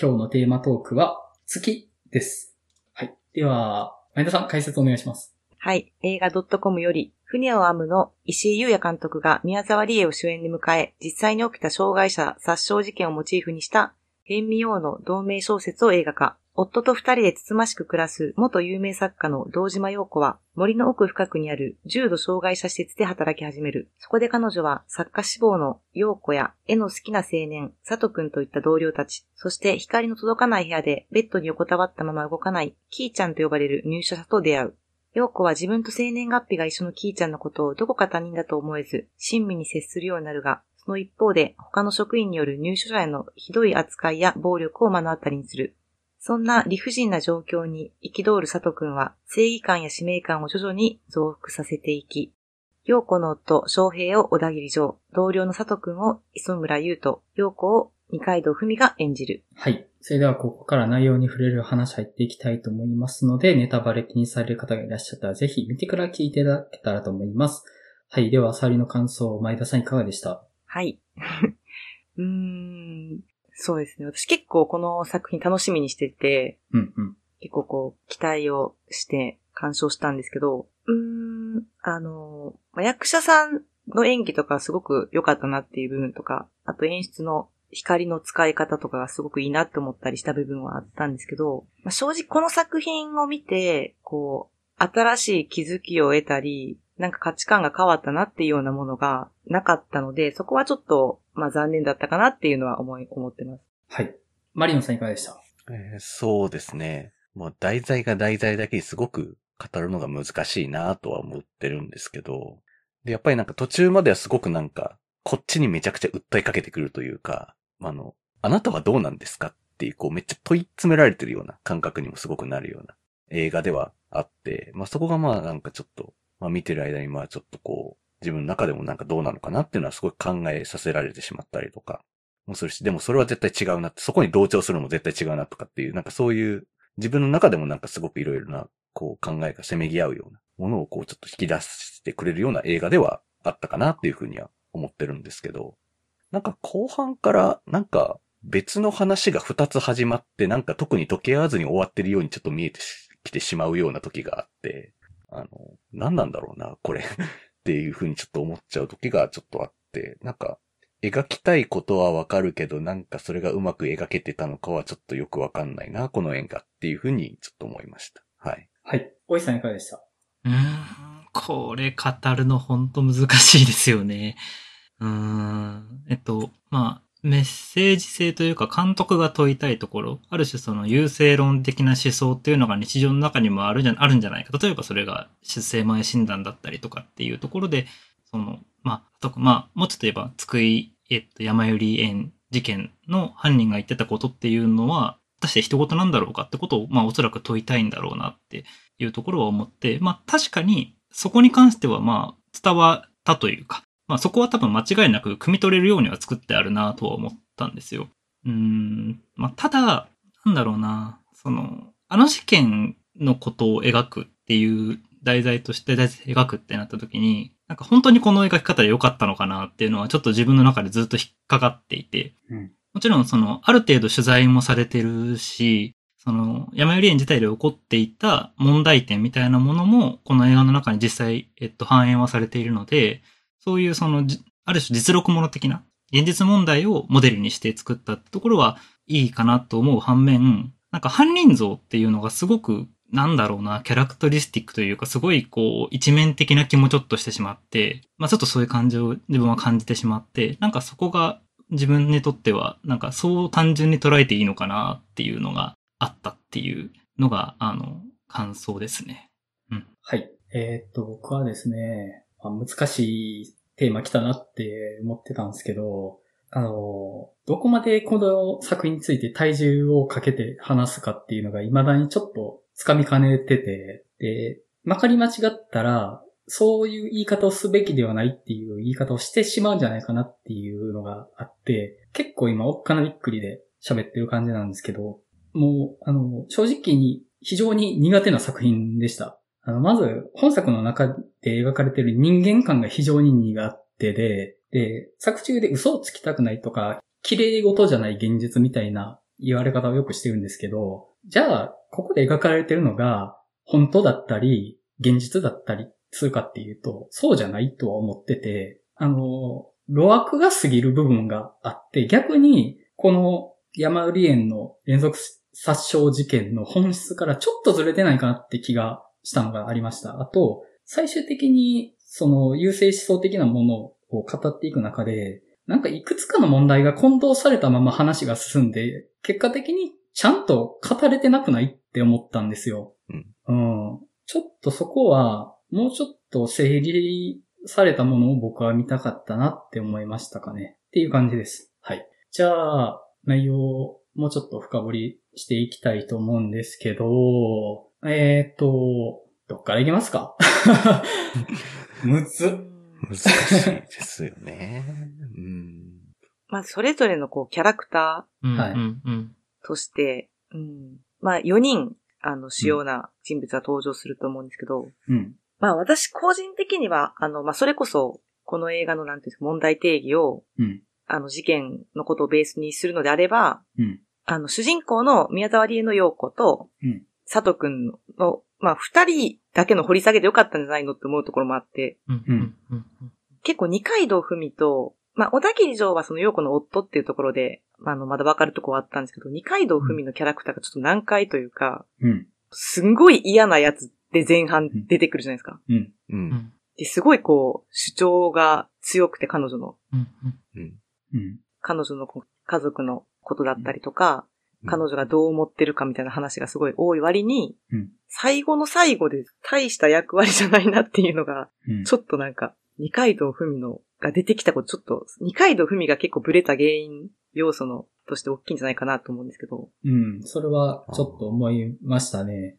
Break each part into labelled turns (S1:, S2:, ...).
S1: 今日のテーマトークは、月です。はい。では、前田さん、解説お願いします。
S2: はい。映画 .com より、船を編むの石井優也監督が宮沢りえを主演に迎え、実際に起きた障害者殺傷事件をモチーフにした、ヘンミヨウの同名小説を映画化。夫と二人でつつましく暮らす元有名作家の堂島陽子は、森の奥深くにある重度障害者施設で働き始める。そこで彼女は作家志望の陽子や絵の好きな青年、佐藤くんといった同僚たち、そして光の届かない部屋でベッドに横たわったまま動かない、キーちゃんと呼ばれる入所者と出会う。陽子は自分と生年月日が一緒のキーちゃんのことをどこか他人だと思えず、親身に接するようになるが、その一方で他の職員による入所者へのひどい扱いや暴力を目の当たりにする。そんな理不尽な状況に憤る佐藤くんは正義感や使命感を徐々に増幅させていき、陽子の夫、昌平を小田切城、同僚の佐藤くんを磯村優斗、陽子を二階堂ふみが演じる。
S1: はい。それでは、ここから内容に触れる話入っていきたいと思いますので、ネタバレ気にされる方がいらっしゃったら、ぜひ見てから聞いていただけたらと思います。はい。では、サーリの感想、前田さんいかがでした
S2: はい。 うーん。そうですね。私結構この作品楽しみにしてて、
S1: うんうん。
S2: 結構こう、期待をして鑑賞したんですけど、うーん、あの、まあ役者さんの演技とかすごく良かったなっていう部分とか、あと演出の光の使い方とかがすごくいいなって思ったりした部分はあったんですけど、まあ正直この作品を見て、こう、新しい気づきを得たり、なんか価値観が変わったなっていうようなものがなかったので、そこはちょっと、まあ残念だったかなっていうのは思い、思ってます。
S1: はい。マリノさんいかがでした
S3: えーそうですね。まあ、題材が題材だけにすごく語るのが難しいなとは思ってるんですけど、で、やっぱりなんか途中まではすごくなんか、こっちにめちゃくちゃ訴えかけてくるというか、まああの、あなたはどうなんですかっていう、こうめっちゃ問い詰められてるような感覚にもすごくなるような映画ではあって、まあそこがまあなんかちょっと、まあ見てる間にまあちょっとこう、自分の中でもなんかどうなのかなっていうのはすごい考えさせられてしまったりとか、もするし、でもそれは絶対違うなって、そこに同調するのも絶対違うなとかっていう、なんかそういう、自分の中でもなんかすごくいろいろな、こう考えがせめぎ合うようなものをこうちょっと引き出してくれるような映画ではあったかなっていうふうには思ってるんですけど、なんか後半からなんか別の話が2つ始まって、なんか特に溶け合わずに終わってるようにちょっと見えてきてしまうような時があって、あの、何なんだろうな、これ っていうふうにちょっと思っちゃう時がちょっとあって、なんか描きたいことはわかるけど、なんかそれがうまく描けてたのかはちょっとよくわかんないな、この映画っていうふうにちょっと思いました。はい。
S1: はい。大石さんいかがでした
S4: うーん、これ語るのほんと難しいですよね。うーん、えっと、まあ、メッセージ性というか監督が問いたいところ、ある種その優勢論的な思想っていうのが日常の中にもあるじゃあるんじゃないか。例えばそれが出生前診断だったりとかっていうところで、その、まあ、とまあ、もうちょっと言えば、津久井、えっと、山百合園事件の犯人が言ってたことっていうのは、果たして人事なんだろうかってことを、まあ、おそらく問いたいんだろうなっていうところは思って、まあ確かにそこに関してはまあ伝わったというか、まあそこは多分間違いなく汲み取れるようには作ってあるなとは思ったんですよ。うーん、まあただ、なんだろうな、その、あの事件のことを描くっていう題材として題材描くってなった時に、なんか本当にこの描き方で良かったのかなっていうのはちょっと自分の中でずっと引っかかっていて、
S1: うん
S4: もちろんその、ある程度取材もされてるし、その、山寄り園自体で起こっていた問題点みたいなものも、この映画の中に実際、えっと、反映はされているので、そういうその、じある種実力もの的な、現実問題をモデルにして作ったってところはいいかなと思う反面、なんか犯人像っていうのがすごく、なんだろうな、キャラクタリスティックというか、すごいこう、一面的な気もちょっとしてしまって、まあちょっとそういう感情を自分は感じてしまって、なんかそこが自分にとっては、なんかそう単純に捉えていいのかなっていうのがあったっていうのが、あの、感想ですね。
S1: はい。えーっと、僕はですね、まあ難しいテーマ来たなって思ってたんですけど、あの、どこまでこの作品について体重をかけて話すかっていうのが未だにちょっと掴みかねてて、で、まかり間違ったら、そういう言い方をすべきではないっていう言い方をしてしまうんじゃないかなっていうのがあって、結構今おっかなびっくりで喋ってる感じなんですけど、もう、あの、正直に非常に苦手な作品でした。あの、まず、本作の中で描かれている人間感が非常に苦手で、で、作中で嘘をつきたくないとか、綺麗事じゃない現実みたいな言われ方をよくしてるんですけど、じゃあ、ここで描かれてるのが、本当だったり、現実だったり、するかっていうと、そうじゃないとは思ってて、あの、路悪が過ぎる部分があって、逆に、この山売り園の連続殺傷事件の本質からちょっとずれてないかなって気がしたのがありました。あと、最終的に、その、優勢思想的なものを語っていく中で、なんかいくつかの問題が混同されたまま話が進んで、結果的にちゃんと語れてなくないって思ったんですよ。うん。ちょっとそこは、もうちょっと整理されたものを僕は見たかったなって思いましたかね。っていう感じです。はい。じゃあ、内容をもうちょっと深掘りしていきたいと思うんですけど、えーっと、どっからいきます かむずっ。
S3: 難しいですよね。うん。
S2: まあ、それぞれのこう、キャラクタ
S4: うん
S1: はい
S4: うんうん。
S2: ーとして、うん。まあ、4人、あの、主要な人物が登場すると思うんですけど、
S1: うん。
S2: まあ、私個人的には、あの、まあ、それこそ、この映画のなんていうんですか、問題定義を、
S1: うん。
S2: あの、事件のことをベースにするのであれば、
S1: うん。
S2: あの、主人公の宮沢りえの陽子と、
S1: うん
S2: 佐藤くんの、まあ、二人だけの掘り下げでよかったんじゃないのって思うところもあって、
S4: うんうんうんうん。
S2: 結構二階堂ふみと、まあ、小田切城はその陽子の夫っていうところで、まあ、あの、まだわかるとこはあったんですけど、二階堂ふみのキャラクターがちょっと難解というか、
S1: うん。
S2: すんごい嫌なやつで前半出てくるじゃないですか。
S1: うん。
S3: う。
S4: うんん
S2: で、すごいこう、主張が強くて彼女の、
S4: うんうん
S1: うん。
S2: 彼女のこう家族のことだったりとか、
S3: うん
S2: 彼女がどう思ってるかみたいな話がすごい多い割に、
S1: うん
S2: 最後の最後で大した役割じゃないなっていうのが、
S1: うん。
S2: ちょっとなんか、二階堂ふみのが出てきたこと、ちょっと、二階堂ふみが結構ブレた原因、要素の、として大きいんじゃないかなと思うんですけど。
S1: うん。それはちょっと思いましたね。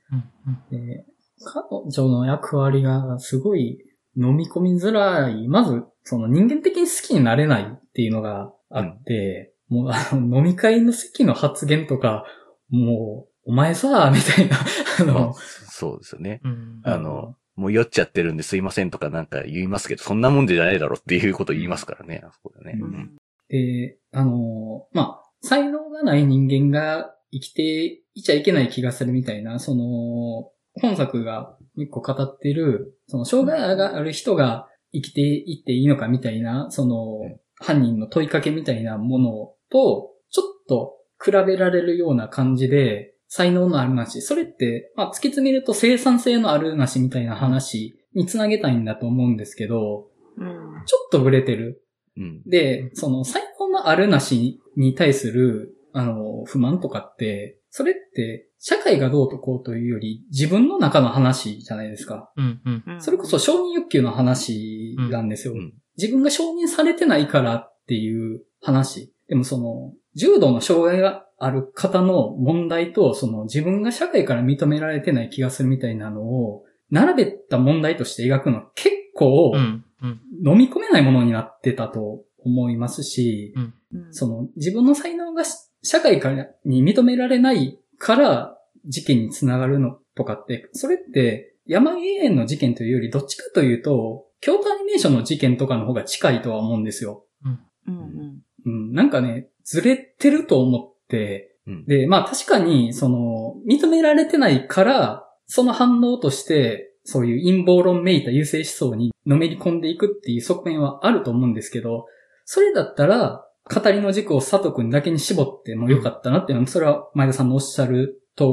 S4: うんうん。
S1: で彼女の役割がすごい飲み込みづらい。まず、その人間的に好きになれないっていうのがあって、もうあの飲み会の席の発言とか、もう、お前さ、みたいな、あ
S3: まあ
S1: の、
S3: そうですよね。
S4: うん
S3: あの、もう酔っちゃってるんですいませんとかなんか言いますけど、そんなもんじゃないだろうっていうこと言いますからね、あそこでね。
S1: う
S3: うん
S1: で、あの、まあ、才能がない人間が生きていちゃいけない気がするみたいな、その、本作が一個語ってる、その、障害がある人が生きていっていいのかみたいな、その、犯人の問いかけみたいなものと、ちょっと比べられるような感じで、才能のあるなし、それって、まあ、突き詰めると生産性のあるなしみたいな話につなげたいんだと思うんですけど、
S2: うん。
S1: ちょっとブレてる
S3: うん。
S1: で、その才能のあるなしに対する、あの、不満とかって、それって、社会がどうとこうというより、自分の中の話じゃないですか。
S4: うんうん
S2: うん
S1: それこそ、承認欲求の話なんですよ。
S3: うんうん
S1: 自分が承認されてないからっていう話。でもその、重度の障害がある方の問題と、その自分が社会から認められてない気がするみたいなのを、並べた問題として描くのは結構、
S4: うんうん
S1: 飲み込めないものになってたと思いますし、
S4: うん
S2: うん
S1: その自分の才能がし社会からに認められないから事件につながるのとかって、それって山芸園の事件というよりどっちかというと、京都アニメーションの事件とかの方が近いとは思うんですよ。
S2: うんうん
S1: うん、なんかね、ずれてると思って、
S3: うん。
S1: で、まあ確かに、その、認められてないから、その反応として、そういう陰謀論めいた優勢思想にのめり込んでいくっていう側面はあると思うんですけど、それだったら、語りの軸を佐藤くんだけに絞ってもよかったなっていうのは、それは前田さんのおっしゃる通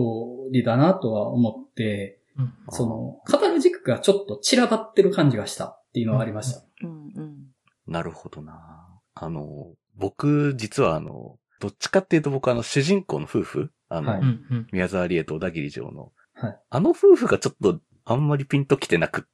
S1: りだなとは思って、
S4: うん
S1: その、語る軸がちょっと散らばってる感じがしたっていうのはありました。
S2: うんうん
S3: なるほどな。あの、僕、実はあの、どっちかっていうと僕あの、主人公の夫婦、あの、
S1: はい
S4: うんうん
S3: 宮沢りえと小田切城の、
S1: はい
S3: あの夫婦がちょっとあんまりピンときてなくって、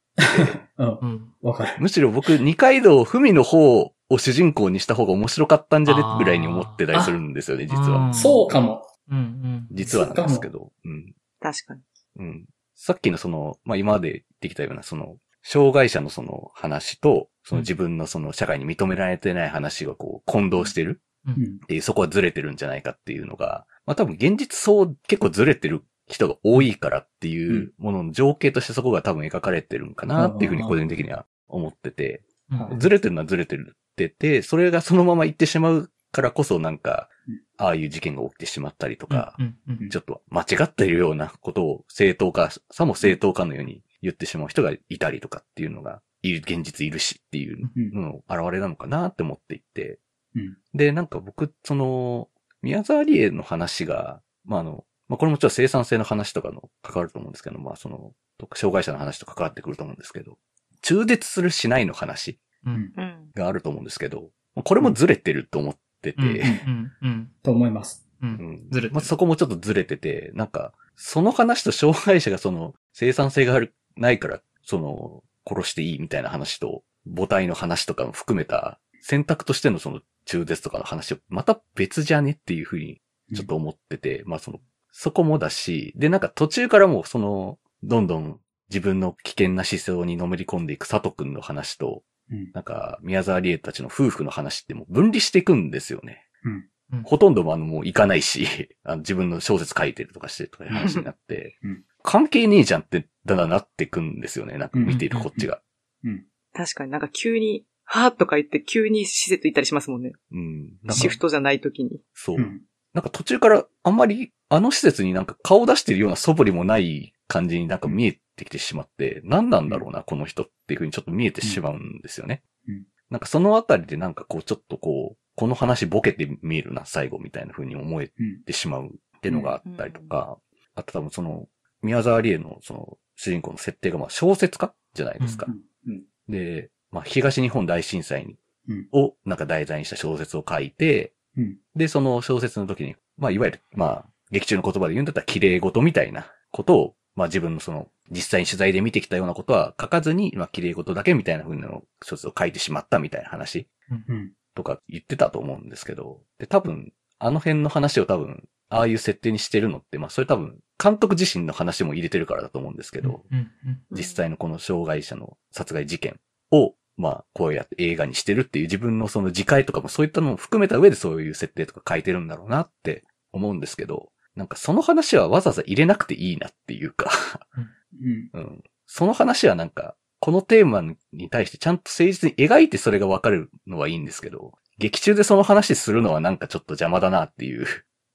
S1: うん
S4: う、ん
S1: わかる。
S3: むしろ僕、二階堂ふみの方を主人公にした方が面白かったんじゃね
S4: あー
S3: ぐらいに思ってたりするんですよね、実
S4: う
S3: は。
S4: ん
S1: そうかも。
S4: うんうん
S3: 実はなんですけど。うん。
S2: 確かに。
S3: うん。さっきのその、まあ、今まで言ってきたような、その、障害者のその話と、その自分のその社会に認められてない話がこう混同してる
S4: うん
S1: うん
S3: っていう、そこはずれてるんじゃないかっていうのが、まあ、多分現実そう結構ずれてる人が多いからっていうものの情景としてそこが多分描かれてるんかなっていうふうに個人的には思ってて、
S4: うん
S3: ずれてるのはずれてるってて、それがそのまま行ってしまうからこそなんか
S1: うん、
S3: ああいう事件が起きてしまったりとか、
S4: うんうんうん
S3: ちょっと間違っているようなことを正当化、さも正当化のように言ってしまう人がいたりとかっていうのが、いる、現実いるしっていう
S1: うん。
S3: のの表れなのかなって思っていて。
S1: うん
S3: で、なんか僕、その、宮沢りえの話が、まあ、あの、まあ、これもちろん生産性の話とかの関わると思うんですけど、まあ、その、と障害者の話と関わってくると思うんですけど、中絶するしないの話
S4: うん
S2: うん。
S3: があると思うんですけど、これもずれてると思ってて、
S4: うんうんうん
S1: と思います。
S4: う
S3: うんん
S4: ずれてる
S3: まあ、そこもちょっとずれてて、なんか、その話と障害者がその生産性がある、ないから、その、殺していいみたいな話と、母体の話とかも含めた、選択としてのその中絶とかの話を、また別じゃねっていうふうに、ちょっと思ってて、まあその、そこもだし、で、なんか途中からもうその、どんどん自分の危険な思想にのめり込んでいく佐藤くんの話と、
S1: うん。
S3: なんか、宮沢りえたちの夫婦の話ってもう分離していくんですよね。
S4: うん
S3: ほとんどもあのもう行かないし、 あの自分の小説書いてるとかしてるとかいう話になって、
S1: うん
S3: 関係ねえじゃんって、だんだんなってくんですよね。なんか見ているこっちが。
S2: 確かになんか急に、はーとか言って急に施設行ったりしますもんね。
S3: うん。なん
S2: シ
S3: か
S2: フトじゃない時に。
S3: そう
S1: う。ん。
S3: なんか途中からあんまりあの施設になんか顔出してるような素振りもない感じになんか見えてきてしまって、何なんだろうな、この人っていうふうにちょっと見えてしまうんですよね
S1: うん。
S3: なんかそのあたりでなんかこうちょっとこう、この話ボケてみるな、最後みたいなふうに思え
S1: うん
S3: ってしまうってのがあったりとか、あと多分その、宮沢りえのその主人公の設定がまあ小説家じゃないですか
S1: う。ん。うん。
S3: で、まあ、東日本大震災に、
S1: うん
S3: をなんか題材にした小説を書いて、
S1: うん
S3: で、その小説の時に、まあ、いわゆる、まあ、劇中の言葉で言うんだったら、綺麗事みたいなことを、まあ自分のその、実際に取材で見てきたようなことは書かずに、まあ綺麗事だけみたいな風なのを小説を書いてしまったみたいな話。
S1: うん。
S3: とか言ってたと思うんですけど、で、多分、あの辺の話を多分、ああいう設定にしてるのって、まあそれ多分、監督自身の話も入れてるからだと思うんですけど、
S4: うんうん
S2: うん
S3: 実際のこの障害者の殺害事件を、まあ、こうやって映画にしてるっていう自分のその自戒とかもそういったのも含めた上でそういう設定とか書いてるんだろうなって思うんですけど、なんかその話はわざわざ入れなくていいなっていうか、
S1: うん。
S3: うん。その話はなんか、このテーマに対してちゃんと誠実に描いてそれがわかるのはいいんですけど、劇中でその話するのはなんかちょっと邪魔だなっていう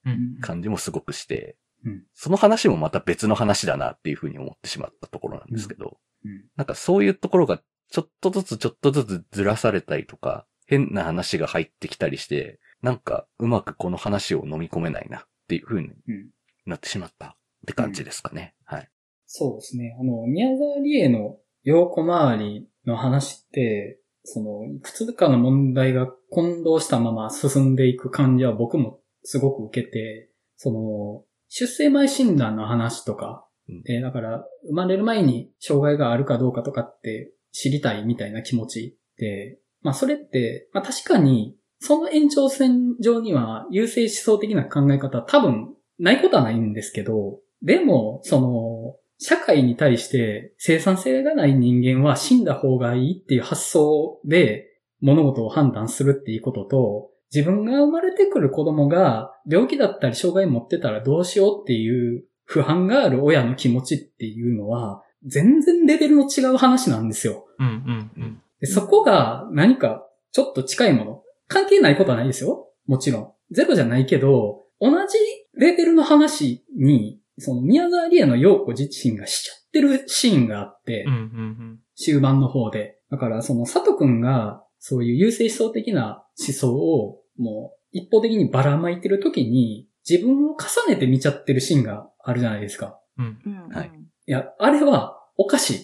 S4: うん
S3: 感じもすごくして、
S1: うん
S3: その話もまた別の話だなっていうふうに思ってしまったところなんですけど、
S1: うん。
S3: なんかそういうところがちょっとずつちょっとずつずらされたりとか、変な話が入ってきたりして、なんかうまくこの話を飲み込めないなっていうふうに
S1: うん
S3: なってしまったって感じですかね。はい。
S1: そうですね。あの、宮沢りえの洋子周りの話って、その、いくつかの問題が混同したまま進んでいく感じは僕もすごく受けて、その、出生前診断の話とか、
S3: うん
S1: えーだから、生まれる前に障害があるかどうかとかって知りたいみたいな気持ちで、まあそれって、まあ確かに、その延長線上には優勢思想的な考え方多分ないことはないんですけど、でも、その、社会に対して生産性がない人間は死んだ方がいいっていう発想で物事を判断するっていうことと、自分が生まれてくる子供が病気だったり障害持ってたらどうしようっていう不安がある親の気持ちっていうのは、全然レベルの違う話なんですよ。
S4: うんうんうん
S1: でそこが何かちょっと近いもの。関係ないことはないですよ。もちろん。ゼロじゃないけど、同じレベルの話に、その宮沢りえの陽子自身がしちゃってるシーンがあって、
S4: うんうん
S1: 終盤の方で。だから、その佐藤くんが、そういう優勢思想的な思想を、もう、一方的にばらまいてる時に、自分を重ねて見ちゃってるシーンがあるじゃないですか。
S4: うん
S2: うんうん
S3: はい
S1: いや、あれはおかしい。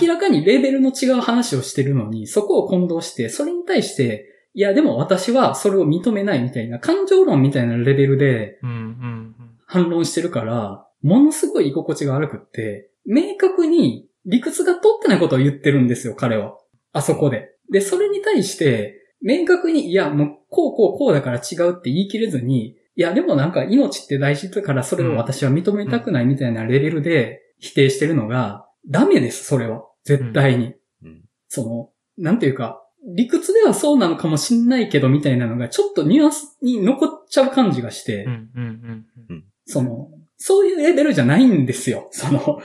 S1: 明らかにレベルの違う話をしてるのに、そこを混同して、それに対して、いや、でも私はそれを認めないみたいな、感情論みたいなレベルで
S4: うんうんうん
S1: 反論してるから、ものすごい居心地が悪くって、明確に理屈が通ってないことを言ってるんですよ、彼は。あそこで。で、それに対して、明確に、いや、もう、こうこうこうだから違うって言い切れずに、いや、でもなんか命って大事だからそれを私は認めたくないみたいなレベルで否定してるのが、ダメです、それは。絶対に。
S3: うん
S1: その、なんていうか、理屈ではそうなのかもしんないけどみたいなのが、ちょっとニュアンスに残っちゃう感じがして、
S4: うんうんうんうん
S1: その、そういうレベルじゃないんですよ。その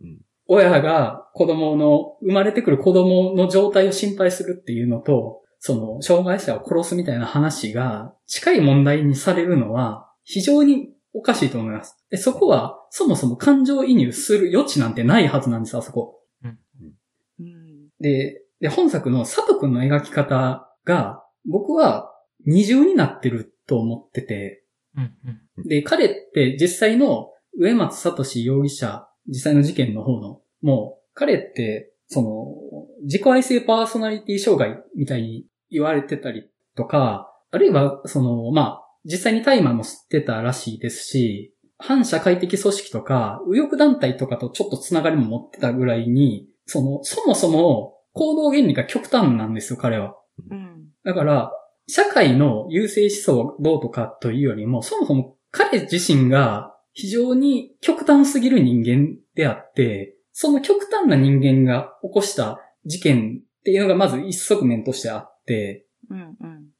S3: うん、
S1: 親が子供の、生まれてくる子供の状態を心配するっていうのと、その、障害者を殺すみたいな話が近い問題にされるのは非常におかしいと思います。で、そこはそもそも感情移入する余地なんてないはずなんです、あそこ。
S2: うん。
S1: で、で、本作の佐藤くんの描き方が、僕は二重になってると思ってて、
S4: うん、うん。
S1: で、彼って実際の植松聡容疑者、実際の事件の方の、もう、彼って、その、自己愛性パーソナリティ障害みたいに言われてたりとか、あるいは、その、まあ、実際に大麻も吸ってたらしいですし、反社会的組織とか、右翼団体とかとちょっとつながりも持ってたぐらいに、その、そもそも行動原理が極端なんですよ、彼は。
S2: うん。
S1: だから、社会の優勢思想がどうとかというよりも、そもそも彼自身が非常に極端すぎる人間であって、その極端な人間が起こした事件っていうのがまず一側面としてあって、
S2: うん。うん。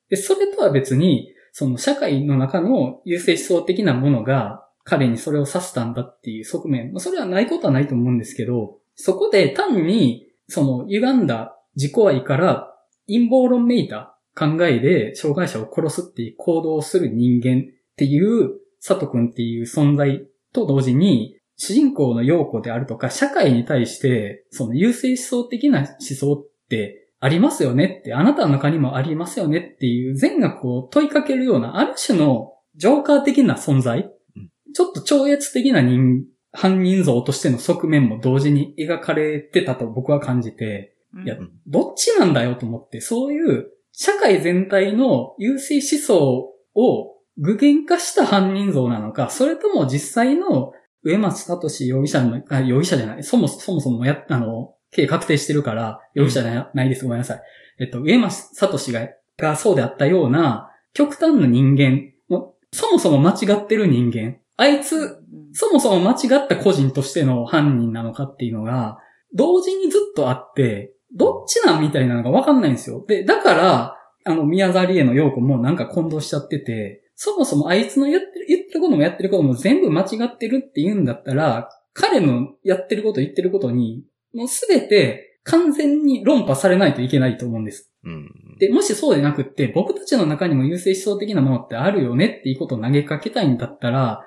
S1: で、それとは別に、その社会の中の優勢思想的なものが彼にそれを指したんだっていう側面、まあそれはないことはないと思うんですけど、そこで単に、その歪んだ自己愛から陰謀論めいた考えで障害者を殺すっていう行動をする人間っていう佐藤くんっていう存在と同時に、主人公の陽子であるとか、社会に対して、その優勢思想的な思想ってありますよねって、あなたの中にもありますよねっていう善悪を問いかけるような、ある種のジョーカー的な存在
S3: うん、
S1: ちょっと超越的な人、犯人像としての側面も同時に描かれてたと僕は感じて、
S2: うん
S1: いやどっちなんだよと思って、そういう社会全体の優勢思想を具現化した犯人像なのか、それとも実際の上松聡容疑者の、あ、容疑者じゃない、そもそもそもや、あの、刑確定してるから、容疑者じゃないです、ごめんなさい。えっと、上松聡が、がそうであったような、極端な人間、もうそもそも間違ってる人間、あいつ
S2: うん
S1: そもそも間違った個人としての犯人なのかっていうのが、同時にずっとあって、どっちなんみたいなのがわかんないんですよ。で、だから、あの、宮沢りえの陽子もなんか混同しちゃってて、そもそもあいつのやってる、言ってることもやってることも全部間違ってるって言うんだったら、彼のやってること言ってることに、もうすべて完全に論破されないといけないと思うんです。
S3: うん。
S1: で、もしそうでなくって、僕たちの中にも優勢思想的なものってあるよねっていうことを投げかけたいんだったら、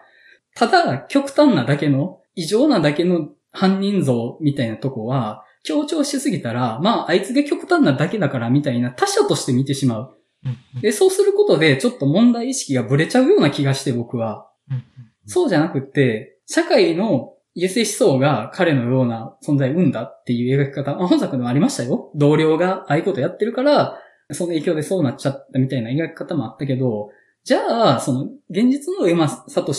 S1: ただ極端なだけの、異常なだけの犯人像みたいなとこは、強調しすぎたら、まあ、あいつが極端なだけだからみたいな他者として見てしまう。
S4: うん、
S1: で、そうすることで、ちょっと問題意識がブレちゃうような気がして、僕は。
S4: うん、
S1: そうじゃなくって、社会の優勢思想が彼のような存在を生んだっていう描き方、まあ、本作でもありましたよ。同僚がああいうことやってるから、その影響でそうなっちゃったみたいな描き方もあったけど、じゃあ、その、現実の山聡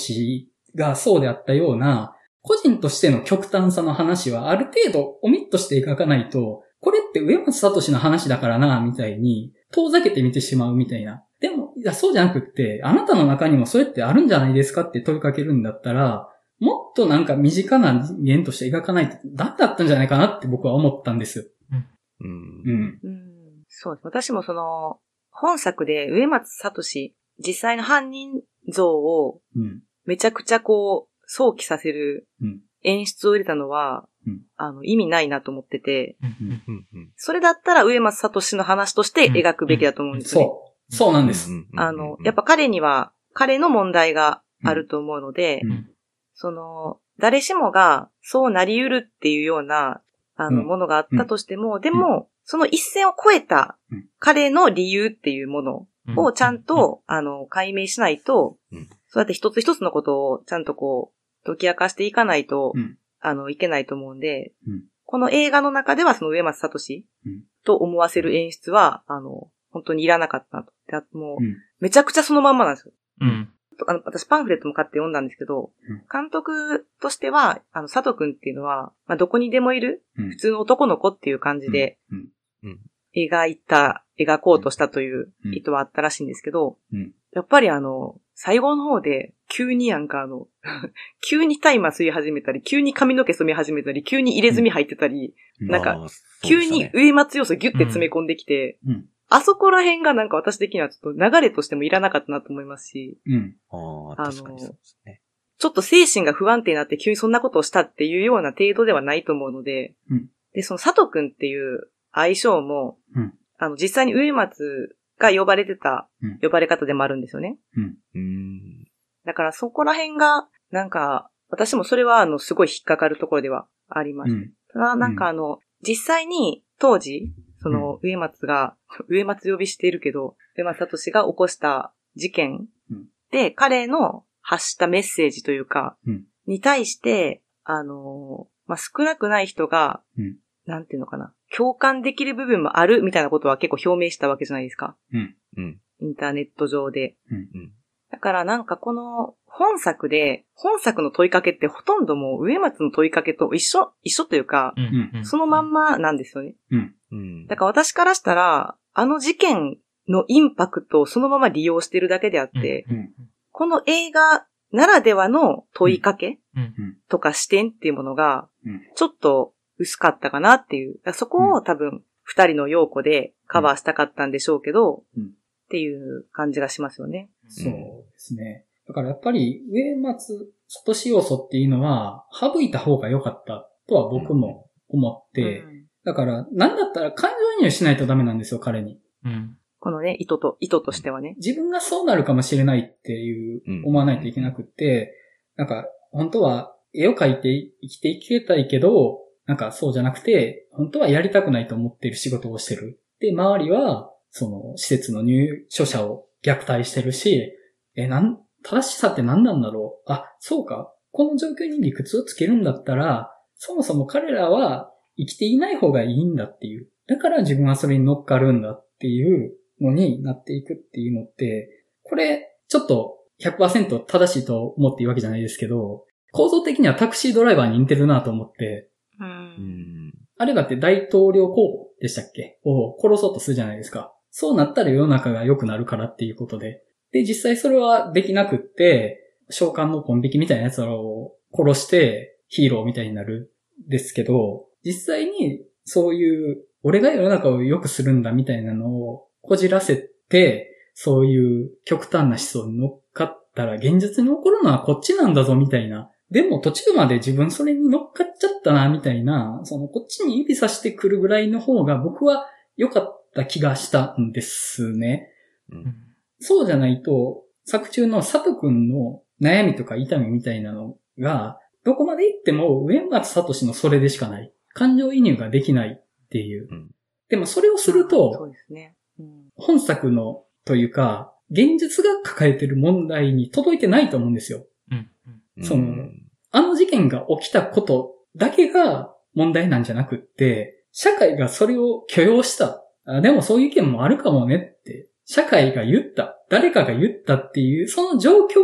S1: がそうであったような、個人としての極端さの話はある程度オミットして描かないと、これって上松聡の話だからな、みたいに、遠ざけて見てしまうみたいな。でも、いや、そうじゃなくって、あなたの中にもそれってあるんじゃないですかって問いかけるんだったら、もっとなんか身近な人間として描かないとダメだったんじゃないかなって僕は思ったんです。
S3: うん
S1: う。ん。
S2: うんそう。私もその、本作で植松聡実際の犯人像を
S1: うん。
S2: めちゃくちゃこう、想起させる
S1: うん
S2: 演出を入れたのは、
S1: うん
S2: あの、意味ないなと思ってて、
S4: うん。
S3: うんうん
S2: それだったら植松聡の話として描くべきだと思うんですよね。
S1: そう。そうなんです。。
S2: あの、やっぱ彼には、彼の問題があると思うので、
S1: うん
S2: その、誰しもがそうなり得るっていうような、あの、
S1: うん
S2: ものがあったとしても、でも、その一線を越えた
S1: うん
S2: 彼の理由っていうもの
S4: うん
S2: をちゃん、と、あの、解明しないと、
S3: うん
S2: そうやって一つ一つのことをちゃんとこう、解き明かしていかないと、
S1: うん
S2: あの、いけないと思うんで、
S1: うん
S2: この映画の中ではその上松聡
S1: うん
S2: と思わせる演出は、あの、本当にいらなかったなと。であともう、
S1: うん
S2: めちゃくちゃそのまんまなんですよ。
S4: うん。
S2: あの、私パンフレットも買って読んだんですけど、
S1: うん
S2: 監督としては、あの、佐藤くんっていうのは、まあ、どこにでもいる、
S1: うん
S2: 普通の男の子っていう感じで、
S1: うん
S3: うん
S2: 描いた、描こうとしたという
S1: うん
S2: 意図はあったらしいんですけど、
S1: うん
S2: やっぱりあの、最後の方で、急になんかあの、 急に大麻吸い始めたり、急に髪の毛染め始めたり、急に入れ墨入ってたり、なんか、
S3: あー
S2: 急に、上松要素ギュッて詰め込んできて、
S1: うん
S2: あそこら辺がなんか私的にはちょっと流れとしてもいらなかったなと思いますし、
S1: うん。
S3: そうでした
S2: あの
S3: ねあー確かにそうですね。
S2: ちょっと精神が不安定になって急にそんなことをしたっていうような程度ではないと思うので、
S1: うん
S2: で、その佐藤くんっていう相性も、
S1: うん
S2: あの、実際に植松が呼ばれてた
S1: うん
S2: 呼ばれ方でもあるんですよね。
S3: うん。
S2: だからそこら辺が、なんか、私もそれはあの、すごい引っかかるところではありま
S1: う
S2: す。
S1: ん。
S2: ただ、なんかあの、実際に当時、その、植松が、 植松呼びしているけど、植松聡が起こした事件
S1: うん
S2: で、彼の発したメッセージというか、
S1: うん
S2: に対して、あのー、まあ、少なくない人が、
S1: うん
S2: なんていうのかな、共感できる部分もあるみたいなことは結構表明したわけじゃないですか。
S1: うん。
S3: うん。
S2: インターネット上で。
S3: うん。
S2: だからなんかこの本作で、本作の問いかけってほとんどもう植松の問いかけと一緒、一緒というか、
S4: うんうん
S2: そのまんまなんですよね。
S1: うん。
S3: うん。
S2: だから私からしたら、あの事件のインパクトをそのまま利用してるだけであって、
S1: うんうん
S2: この映画ならではの問いかけ
S4: うん
S2: とか視点っていうものが
S1: うん、
S2: ちょっと薄かったかなっていう。だからそこを多分、二人の要子でカバーしたかったんでしょうけど、
S1: うん
S2: っていう感じがしますよね。
S1: そうですね。だからやっぱり、植松聡要素っていうのは、省いた方が良かったとは僕も思って、
S2: うん
S1: だから、なんだったら感情移入しないとダメなんですよ、彼に。
S4: うん
S2: このね、意図と、意図としてはね。
S1: 自分がそうなるかもしれないっていう
S3: う、ん
S1: 思わないといけなくって、なんか、本当は絵を描いて生きていけたいけど、なんかそうじゃなくて、本当はやりたくないと思ってる仕事をしてる。で、周りは、その、施設の入所者を虐待してるし、え、なん、正しさって何なんだろうあ、そうか。この状況に理屈をつけるんだったら、そもそも彼らは生きていない方がいいんだっていう。だから自分はそれに乗っかるんだっていうのになっていくっていうのって、これ、ちょっと100%正しいと思っていいわけじゃないですけど、構造的にはタクシードライバーに似てるなと思って、
S2: う。
S3: うんん。
S1: あれだって大統領候補でしたっけを殺そうとするじゃないですか。そうなったら世の中が良くなるからっていうことで。で、実際それはできなくって、召喚のポン引きみたいな奴らを殺してヒーローみたいになるんですけど、実際にそういう、俺が世の中を良くするんだみたいなのをこじらせて、そういう極端な思想に乗っかったら現実に起こるのはこっちなんだぞみたいな。でも途中まで自分それに乗っかっちゃったなみたいな、そのこっちに指さしてくるぐらいの方が僕は良かった気がしたんですね。
S4: うん
S1: そうじゃないと、作中の佐藤くんの悩みとか痛みみたいなのが、どこまで行っても上松聡のそれでしかない。感情移入ができないっていう。
S3: うん
S1: でもそれをする
S2: そ
S1: と
S2: う、ですね。うん。
S1: 本作のというか、現実が抱えてる問題に届いてないと思うんですよ。
S4: うん
S1: そのあの事件が起きたことだけが問題なんじゃなくって、社会がそれを許容した。あでもそういう意見もあるかもねって、社会が言った。誰かが言ったっていう、その状況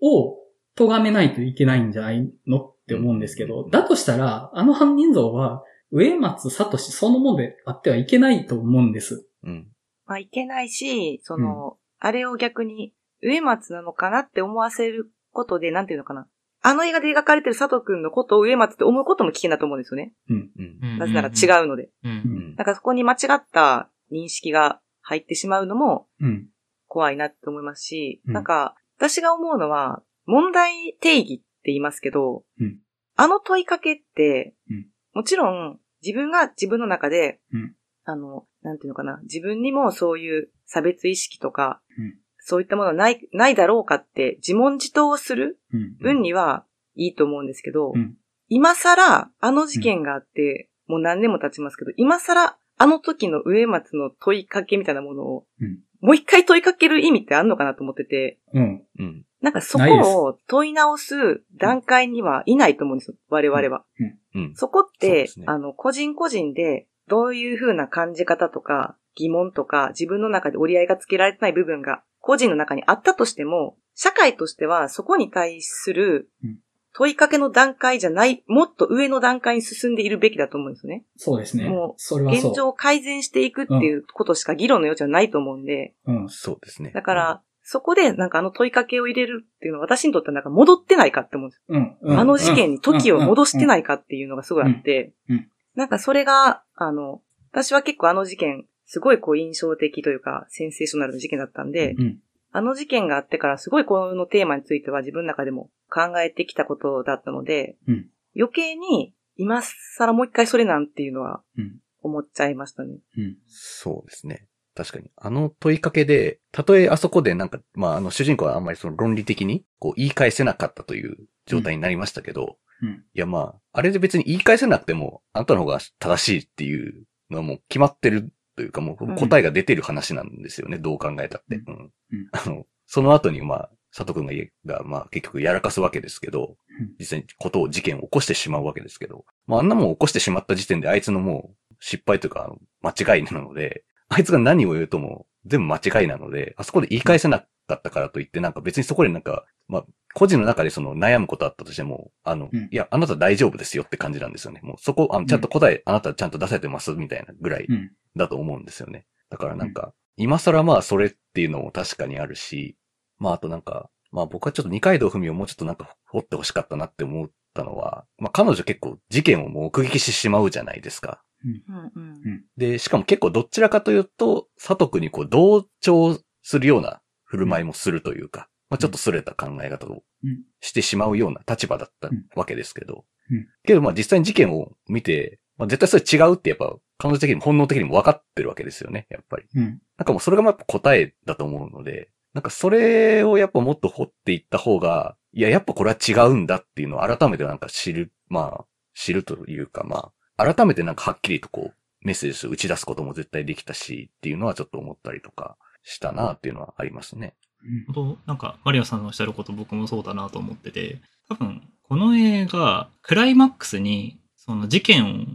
S1: を咎めないといけないんじゃないのって思うんですけど、だとしたら、あの犯人像は、植松聡そのものであってはいけないと思うんです。
S3: うん。
S2: まあ、いけないし、その、あれを逆に、植松なのかなって思わせることで、なんていうのかな。あの映画で描かれてる佐藤くんのことを植松って思うことも危険だと思うんですよね。
S3: うん
S4: う。ん。
S2: なぜなら
S4: う。
S2: 違うので。
S4: うん。
S3: うん。
S2: だからそこに間違った認識が入ってしまうのも
S1: うん。
S2: 怖いなって思いますし、
S1: うん
S2: なんか、私が思うのは、問題定義って言いますけど、
S1: うん
S2: あの問いかけって、
S1: うん
S2: もちろん自分が自分の中で、
S1: うん
S2: あの、なんていうのかな、自分にもそういう差別意識とか、
S1: うん
S2: そういったものはない、ないだろうかって自問自答をする
S1: うん。
S2: 分にはいいと思うんですけど、
S1: うん
S2: 今更、あの事件があって、もう何年も経ちますけど、今更、あの時の植松の問いかけみたいなものを、
S1: うん
S2: もう一回問いかける意味ってあんのかなと思ってて、
S1: うん。
S3: うん。
S2: なんかそ
S1: ないです
S2: こを問い直す段階にはいないと思うんですよ、我々は。
S3: うん。
S2: そこっ
S3: そう
S2: て、
S3: ですね
S2: あの、個人個人で、どういう風な感じ方とか、疑問とか、自分の中で折り合いがつけられてない部分が、個人の中にあったとしても、社会としてはそこに対する
S1: うん
S2: 問いかけの段階じゃない、もっと上の段階に進んでいるべきだと思うんですよね。
S1: そうですね
S2: もう。
S1: それはそう。
S2: 現状を改善していくっていうことしか議論の余地はないと思うんで、
S1: うん。
S3: そうですね。
S2: だから、そこでなんかあの問いかけを入れるっていうのは私にとってはなんか戻ってないかって思うんです
S1: うん。うん
S2: あの事件に時を戻して
S1: い
S2: ないかっていうのがすごいあって
S1: うんうんうん、
S2: なんかそれが、あの、私は結構あの事件、すごいこう印象的というか、センセーショナルな事件だったんで、
S1: うん
S2: あの事件があってからすごいこのテーマについては自分の中でも考えてきたことだったので、
S1: うん
S2: 余計に今更もう一回それなんていうのは
S1: うん
S2: 思っちゃいましたね。
S1: うん。
S3: そうですね。確かに。あの問いかけで、たとえあそこでなんか、まあ、あの、主人公はあんまりその論理的に、こう、言い返せなかったという状態になりましたけど、
S1: うんうん
S3: いや、まあ、あれで別に言い返せなくても、あんたの方が正しいっていうのはもう決まってるというか、も
S2: う
S3: うん答えが出てる話なんですよね、どう考えたって。
S1: う
S3: うん
S1: うん
S3: あの、その後に、まあ、佐藤くんが言え、が、まあ、結局やらかすわけですけど、
S1: うん
S3: 実際にことを、事件を起こしてしまうわけですけど、まあ、あんなもん起こしてしまった時点で、あいつのもう、失敗というか、あの間違いなので、あいつが何を言うとも、全部間違いなので、あそこで言い返せなかったからといって、なんか別にそこでなんか、まあ、個人の中でその悩むことあったとしても、あの、
S1: うん
S3: いや、あなた大丈夫ですよって感じなんですよね。もうそこ、あのちゃんと答え、あなたちゃんと出せてますみたいなぐらい
S1: うん。
S3: だと思うんですよね。だからなんか、今更まあそれっていうのも確かにあるし、まああとなんか、まあ僕はちょっと二階堂ふみをもうちょっとなんか掘ってほしかったなって思ったのは、まあ彼女結構事件を目撃してしまうじゃないですか。
S2: うんうん
S3: で、しかも結構どちらかというと、佐藤くんにこう同調するような振る舞いもするというか、まあちょっと逸れた考え方を
S1: うん
S3: してしまうような立場だった
S1: うん
S3: わけですけど
S1: うん。
S3: けどまあ実際に事件を見て、まあ絶対それ違うってやっぱ彼女的にも本能的にも分かってるわけですよね、やっぱり。
S1: うん。
S3: なんかもうそれがまあやっぱ答えだと思うので、なんかそれをやっぱもっと掘っていった方が、いや、やっぱこれは違うんだっていうのを改めてなんか知る、まあ、知るというかまあ、改めてなんかはっきりとこう、メッセージを打ち出すことも絶対できたし、っていうのはちょっと思ったりとかしたなっていうのはありますね。
S1: うん。
S4: 本当なんか、マリオさんのおっしゃること僕もそうだなと思ってて、多分、この映画、クライマックスに、その事件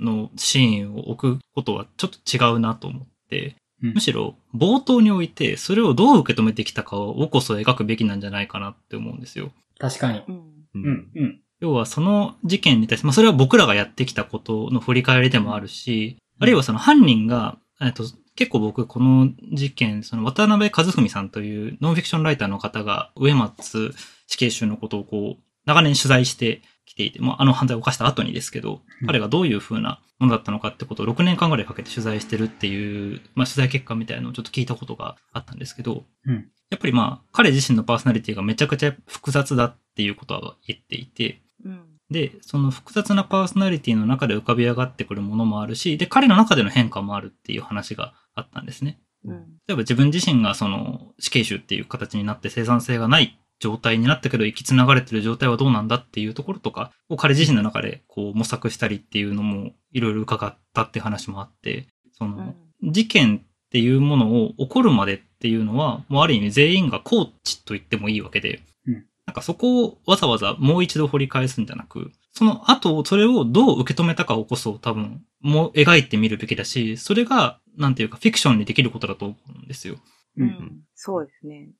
S4: のシーンを置くことはちょっと違うなと思って、
S1: うん
S4: むしろ冒頭において、それをどう受け止めてきたかをこそ描くべきなんじゃないかなって思うんですよ。
S1: 確かに。
S2: うん
S3: う
S1: うん。。うん。
S4: 要はその事件に対して、まあそれは僕らがやってきたことの振り返りでもあるし、あるいはその犯人が、えっと、結構僕この事件、その渡辺和文さんというノンフィクションライターの方が上松死刑囚のことをこう、長年取材してきていて、まああの犯罪を犯した後にですけど
S1: う、ん
S4: 彼がどういう風なものだったのかってことを6年間ぐらいかけて取材してるっていう、まあ取材結果みたいなのをちょっと聞いたことがあったんですけど、
S1: うん
S4: やっぱりまあ彼自身のパーソナリティがめちゃくちゃ複雑だっていうことは言っていて、
S2: うん
S4: で、その複雑なパーソナリティの中で浮かび上がってくるものもあるし、で、彼の中での変化もあるっていう話があったんですね。
S2: うん
S4: 例えば自分自身がその死刑囚っていう形になって生産性がない状態になったけど、生き繋がれてる状態はどうなんだっていうところとかを彼自身の中でこう模索したりっていうのもいろいろ伺ったって話もあって、その、事件っていうものを起こるまでっていうのは、もうある意味全員がコーチと言ってもいいわけで、
S1: うん
S4: なんかそこをわざわざもう一度掘り返すんじゃなく、その後、それをどう受け止めたかをこそ多分、もう描いてみるべきだし、それが、なんていうか、フィクションにできることだと思うんですよ。
S1: う。
S2: うんんそうですね。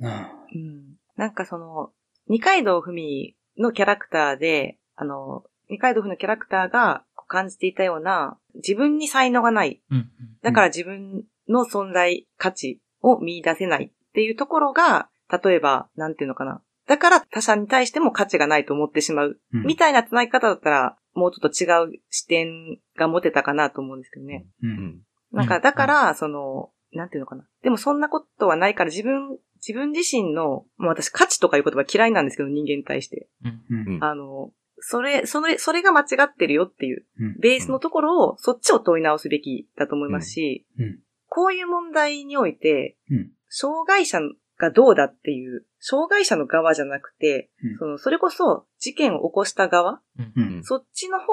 S3: うん。
S1: ああ
S2: うんなんかその、二階堂ふみのキャラクターで、あの、二階堂ふみのキャラクターがこう感じていたような、自分に才能がない。
S4: うん。
S2: だから自分の存在価値を見出せないっていうところが、例えば、なんていうのかな。だから他者に対しても価値がないと思ってしまう。
S1: うん
S2: みたいな繋ぎ方だったら、もうちょっと違う視点が持てたかなと思うんですけどね。
S1: う。
S3: うんん。
S2: なん
S4: う
S2: か、
S4: ん
S2: だから、その、なんていうのかな。でもそんなことはないから、自分、自分自身の、もう私、価値とかいう言葉嫌いなんですけど、人間に対して。
S4: うん。
S1: うん。
S2: あの、それ、それ、それが間違ってるよっていう
S1: うん、
S2: ベースのところを、そっちを問い直すべきだと思いますし、
S1: うん。
S2: こういう問題において、
S1: うん。
S2: 障害者がどうだっていう、障害者の側じゃなくて
S1: うん、
S2: その、それこそ、事件を起こした側
S4: うん。
S1: う
S3: うん
S1: ん。
S2: そっちの方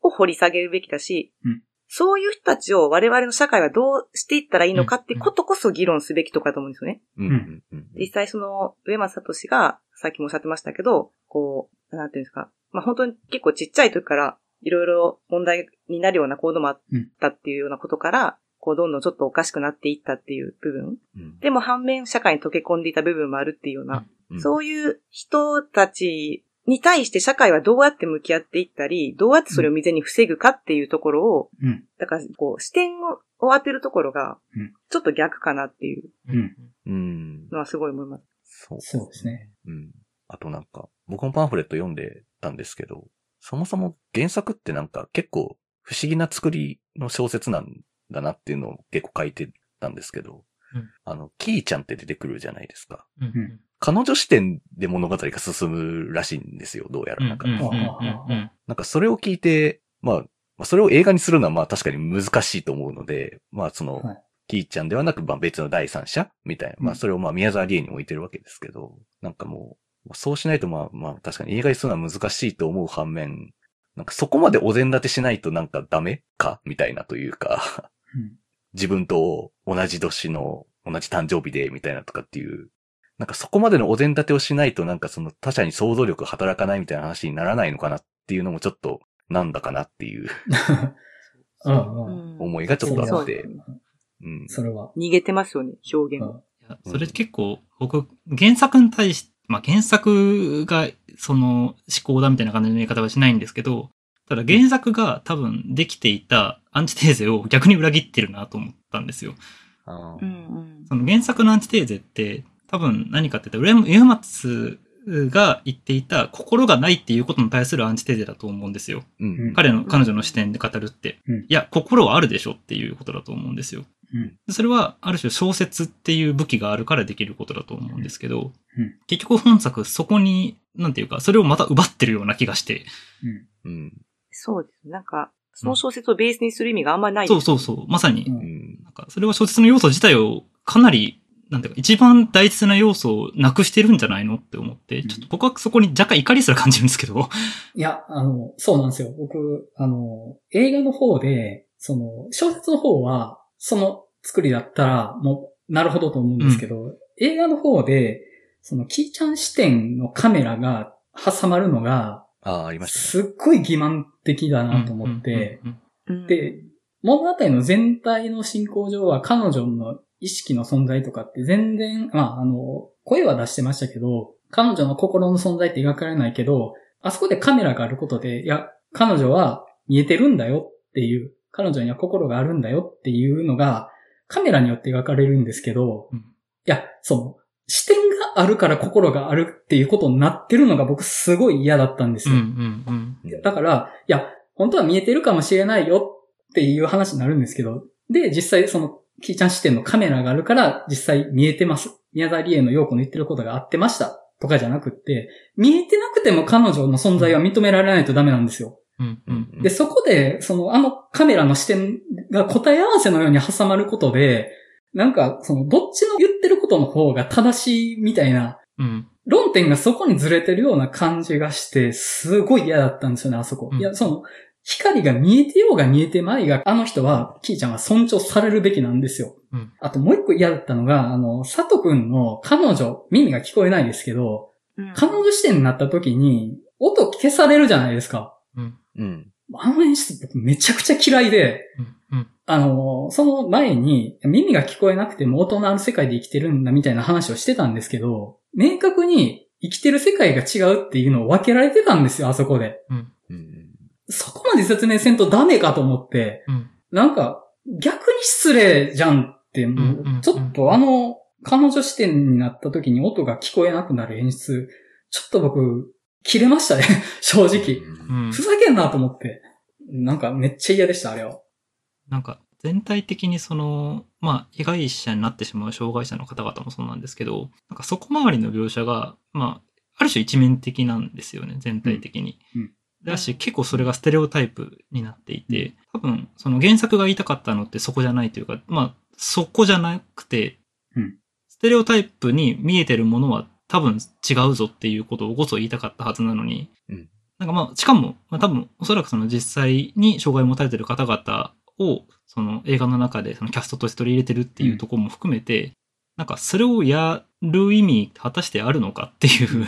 S2: を掘り下げるべきだし、
S1: うん
S2: そういう人たちを我々の社会はどうしていったらいいのかってことこそ議論すべきとかだと思うんですよね。
S3: うん。うん。うん。
S2: 実際その、上松聡が、さっきもおっしゃってましたけど、こう、なんていうんですか、まあ本当に結構ちっちゃい時から、いろいろ問題になるような行動もあったっていうようなことから、こうどんどんちょっとおかしくなっていったっていう部分。
S3: うん
S2: でも反面社会に溶け込んでいた部分もあるっていうような、
S3: うん
S2: そういう人たちに対して社会はどうやって向き合っていったり、どうやってそれを未然に防ぐかっていうところを、
S1: うん。
S2: だからこう視点を当てるところが
S1: うん、
S2: ちょっと逆かなっていう
S1: うん
S3: うん。
S2: のはすごい思います。
S3: そう
S1: そうですね。
S3: うん。あとなんか、僕もパンフレット読んでたんですけど、そもそも原作ってなんか結構不思議な作りの小説なんだなっていうのを結構書いてたんですけど、
S4: うん
S3: あの、キーちゃんって出てくるじゃないですか。
S4: うん。うん。
S3: 彼女視点で物語が進むらしいんですよ、どうやら。なんか、
S4: うん。うん。うん。
S3: なんかそれを聞いて、まあ、まあ、それを映画にするのはまあ確かに難しいと思うので、まあその、
S1: はい
S3: キーちゃんではなく、まあ別の第三者みたいな。まあそれをまあ宮沢りえに置いてるわけですけど、なんかもう、まあそうしないとまあまあ確かに映画にするのは難しいと思う反面、なんかそこまでお膳立てしないとなんかダメかみたいなというか、
S1: うん
S3: 自分と同じ年の、同じ誕生日で、みたいなとかっていう、なんかそこまでのお膳立てをしないとなんかその他者に想像力働かないみたいな話にならないのかなっていうのもちょっとなんだかなっていう
S1: うんうん。
S2: ん
S3: 思いがちょっとあって、うん。
S1: それは。
S2: 逃げてますよね、表現。
S4: いやそれ結構、僕、原作に対して、まあ、原作が、その、思考だみたいな感じの言い方はしないんですけど、ただ原作が多分できていたアンチテーゼを逆に裏切ってるなと思ったんですよ。
S3: あ
S2: う
S3: ー
S2: ん
S4: その原作のアンチテーゼって、多分何かって言ったら、上松が言っていた心がないっていうことに対するアンチテーゼだと思うんですよ。
S3: うんん。
S4: 彼の、彼女の視点で語るって、
S1: うん
S4: いや、心はあるでしょっていうことだと思うんですよ。
S1: うん
S4: それは、ある種小説っていう武器があるからできることだと思うんですけど、
S1: うん
S4: 結局本作、そこに、なんていうか、それをまた奪ってるような気がして、
S3: うん。
S2: そうです。なんか、その小説をベースにする意味があんまりない
S4: そ
S2: で
S4: う
S2: す。
S4: そうそう、まさに、
S1: うん
S3: うん。
S4: なんか、それは小説の要素自体をかなり、なんていうか、一番大切な要素をなくしてるんじゃないのって思って、
S1: ん
S4: ちょっと僕はそこに若干怒りすら感じるんですけど、
S1: いや、あの、そうなんですよ。僕、あの、映画の方で、その、小説の方は、その作りだったら、もう、なるほどと思うんですけど、映画の方で、その、キーちゃん視点のカメラが挟まるのが、
S3: ああ、ありましたね。
S1: すっごい欺瞞的だなと思って、
S4: うん、うん
S2: うん
S1: で、物語の全体の進行上は彼女の意識の存在とかって全然、まあ、あの、声は出してましたけど、彼女の心の存在って描かれないけど、あそこでカメラがあることで、いや、彼女は見えてるんだよっていう、彼女には心があるんだよっていうのが、カメラによって描かれるんですけど、
S4: うん
S1: いや、その、視点があるから心があるっていうことになってるのが僕すごい嫌だったんです
S4: うん、う
S1: よ。
S4: ん、うん。
S1: だから、いや、本当は見えてるかもしれないよっていう話になるんですけど、で、実際その、キーちゃん視点のカメラがあるから、実際見えてます。宮沢りえの陽子の言ってることが合ってました。とかじゃなくって、見えてなくても彼女の存在は認められないとダメなんですよ。
S4: うん、うん。
S1: で、そこで、その、あのカメラの視点が答え合わせのように挟まることで、なんか、その、どっちの言ってることの方が正しいみたいな、
S4: うん、
S1: 論点がそこにずれてるような感じがして、すごい嫌だったんですよね、あそこ。
S4: うん
S1: いや、その、光が見えてようが見えてまいが、あの人は、キーちゃんは尊重されるべきなんですよ。
S4: うん
S1: あともう一個嫌だったのが、あの、佐藤くんの彼女、耳が聞こえないですけど、
S2: うん
S1: 彼女視点になった時に、音消されるじゃないですか。
S4: うん、
S3: うん。
S1: あの演出僕めちゃくちゃ嫌いで、
S4: うん、うん。
S1: あの、その前に耳が聞こえなくても音のある世界で生きてるんだみたいな話をしてたんですけど、明確に生きてる世界が違うっていうのを分けられてたんですよ、あそこで。
S4: うん、
S3: うん。
S1: そこまで説明せんとダメかと思って、
S4: うん、
S1: なんか逆に失礼じゃんって、も
S4: うんうんう
S1: うんちょっとあの、彼女視点になった時に音が聞こえなくなる演出、ちょっと僕、切れましたね、 正直。
S4: う。
S3: うん
S1: ふざけんなと思って。なんかめっちゃ嫌でした、あれは。
S4: なんか全体的にその、まあ、被害者になってしまう障害者の方々もそうなんですけど、なんかそこ周りの描写が、まあ、ある種一面的なんですよね、全体的に。
S1: うんうん
S4: だし、結構それがステレオタイプになっていて、多分、その原作が言いたかったのってそこじゃないというか、まあ、そこじゃなくて、
S1: うん
S4: ステレオタイプに見えてるものは多分違うぞっていうことをこそ言いたかったはずなのに、なんかまあ、しかも、まあ多分、おそらくその実際に障害を持たれてる方々を、その映画の中でそのキャストとして取り入れてるっていうところも含めて、なんかそれをやる意味、果たしてあるのかっていう、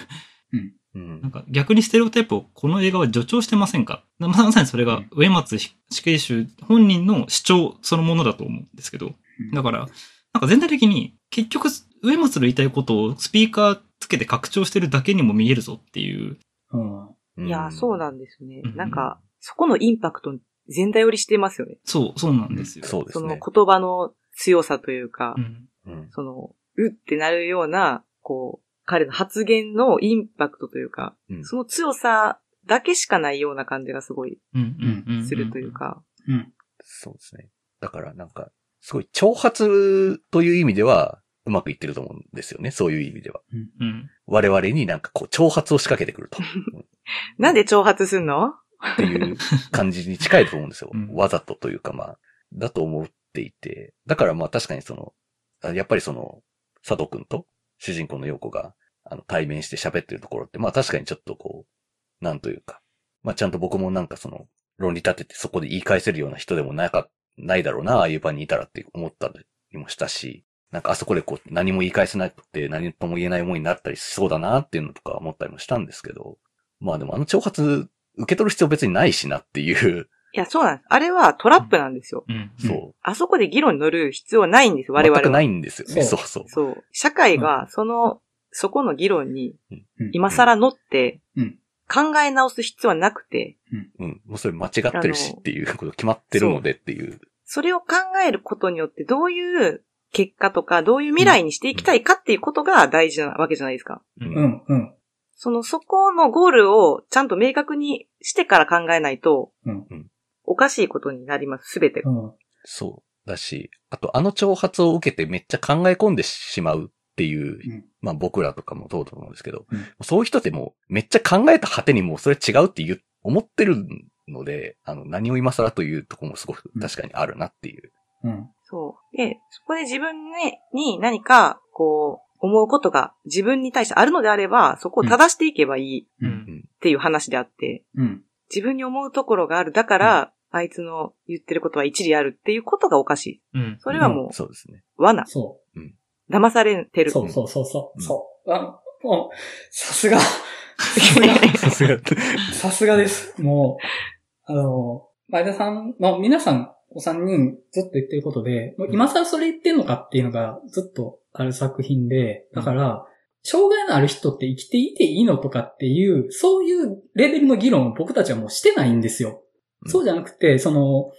S3: ん
S4: なんか逆にステレオタイプをこの映画は助長してませんかままさにそれ
S1: う
S4: が
S1: ん
S4: 上松死刑囚本人の主張そのものだと思うんですけど、だから、なんか全体的に結局、上松の言いたいことをスピーカーつけて拡張してるだけにも見えるぞっていう、
S1: うん。
S3: うん
S2: いや、そうなんですね
S4: う。ん
S2: なんか、そこのインパクト全体よりしてますよね。
S4: そう、そうなんですよ。
S3: そうで
S2: そ
S3: す
S2: の
S3: ね。
S2: 言葉の強さというか
S4: う、ん
S3: うん
S2: その、うってなるような、こう、彼の発言のインパクトというか、
S3: うん
S2: その強さだけしかないような感じがすごい
S4: うんうんうん
S2: するという。か。
S3: そうですね。だからなんか、すごい挑発という意味では、うまくいってると思うんですよね。そういう意味では。
S4: うん。
S3: 我々になんかこう、挑発を仕掛けてくると。
S2: なんで挑発すんの
S3: っていう感じに近いと思うんですよ
S4: う。ん
S3: わざとというかまあ、だと思っていて。だからまあ確かにその、あやっぱりその、佐藤くんと主人公の陽子が、あの、対面して喋ってるところって、まあ確かにちょっとこう、なんというか、まあちゃんと僕もなんかその、論理立ててそこで言い返せるような人でもなか、ないだろうな、ああいう場にいたらって思ったりもしたし、なんかあそこでこう何も言い返せなくて何とも言えない思いになったりしそうだなっていうのとか思ったりもしたんですけど、まあでもあの挑発受け取る必要別にないしなっていう、
S2: いや、そうなんです。あれはトラップなんですよ。
S4: うん。
S3: そう。
S2: あそこで議論に乗る必要ないんですよ、我々
S3: 全
S2: は。
S3: くないんですよね。
S1: そ
S3: そううそう。
S2: そう。社会が、その、そこの議論に
S1: うん、
S2: 今更乗って、
S1: うん。
S2: 考え直す必要はなくて、
S3: うん。もうそれ間違ってるしっていうこと決まってるのでっていう。
S2: それを考えることによって、どういう結果とか、どういう未来にしていきたいかっていうことが大事なわけじゃないですか。
S4: う。
S1: うんん。うん。
S2: その、そこのゴールをちゃんと明確にしてから考えないと、
S1: うん
S2: おかしいことになります、すべてが。
S1: うん。
S3: そう。だし、あとあの挑発を受けてめっちゃ考え込んでしまうっていう、
S1: うん
S3: まあ僕らとかもそうだと思うんですけど、
S1: うん
S3: そういう人ってもうめっちゃ考えた果てにもうそれ違うって言う、思ってるので、あの何を今更というとこもすごく確かにあるなっていう。
S1: うん。
S2: そう。で、そこで自分にに何か、こう、思うことが自分に対してあるのであれば、そこを正していけばいいっ
S1: う。
S4: うんん。
S2: ていう話であって、
S1: うん。
S2: 自分に思うところがある。だから、あいつの言ってることは一理あるっていうことがおかしい。
S4: うん。
S2: それはも
S3: そうですね。
S2: う、罠。
S1: そ
S2: 騙されて
S1: う。
S2: る。
S1: そうそうそうそう。そう。あ、もう、さす が。
S3: さすが。
S1: さすがです。もう、あの、前田さん、まあ皆さん、お三人ずっと言ってることで、もう今更それ言ってんのかっていうのがずっとある作品で、だから、障害のある人って生きていていいのとかっていう、そういうレベルの議論を僕たちはもうしてないんですよ。そうじゃなくて、その、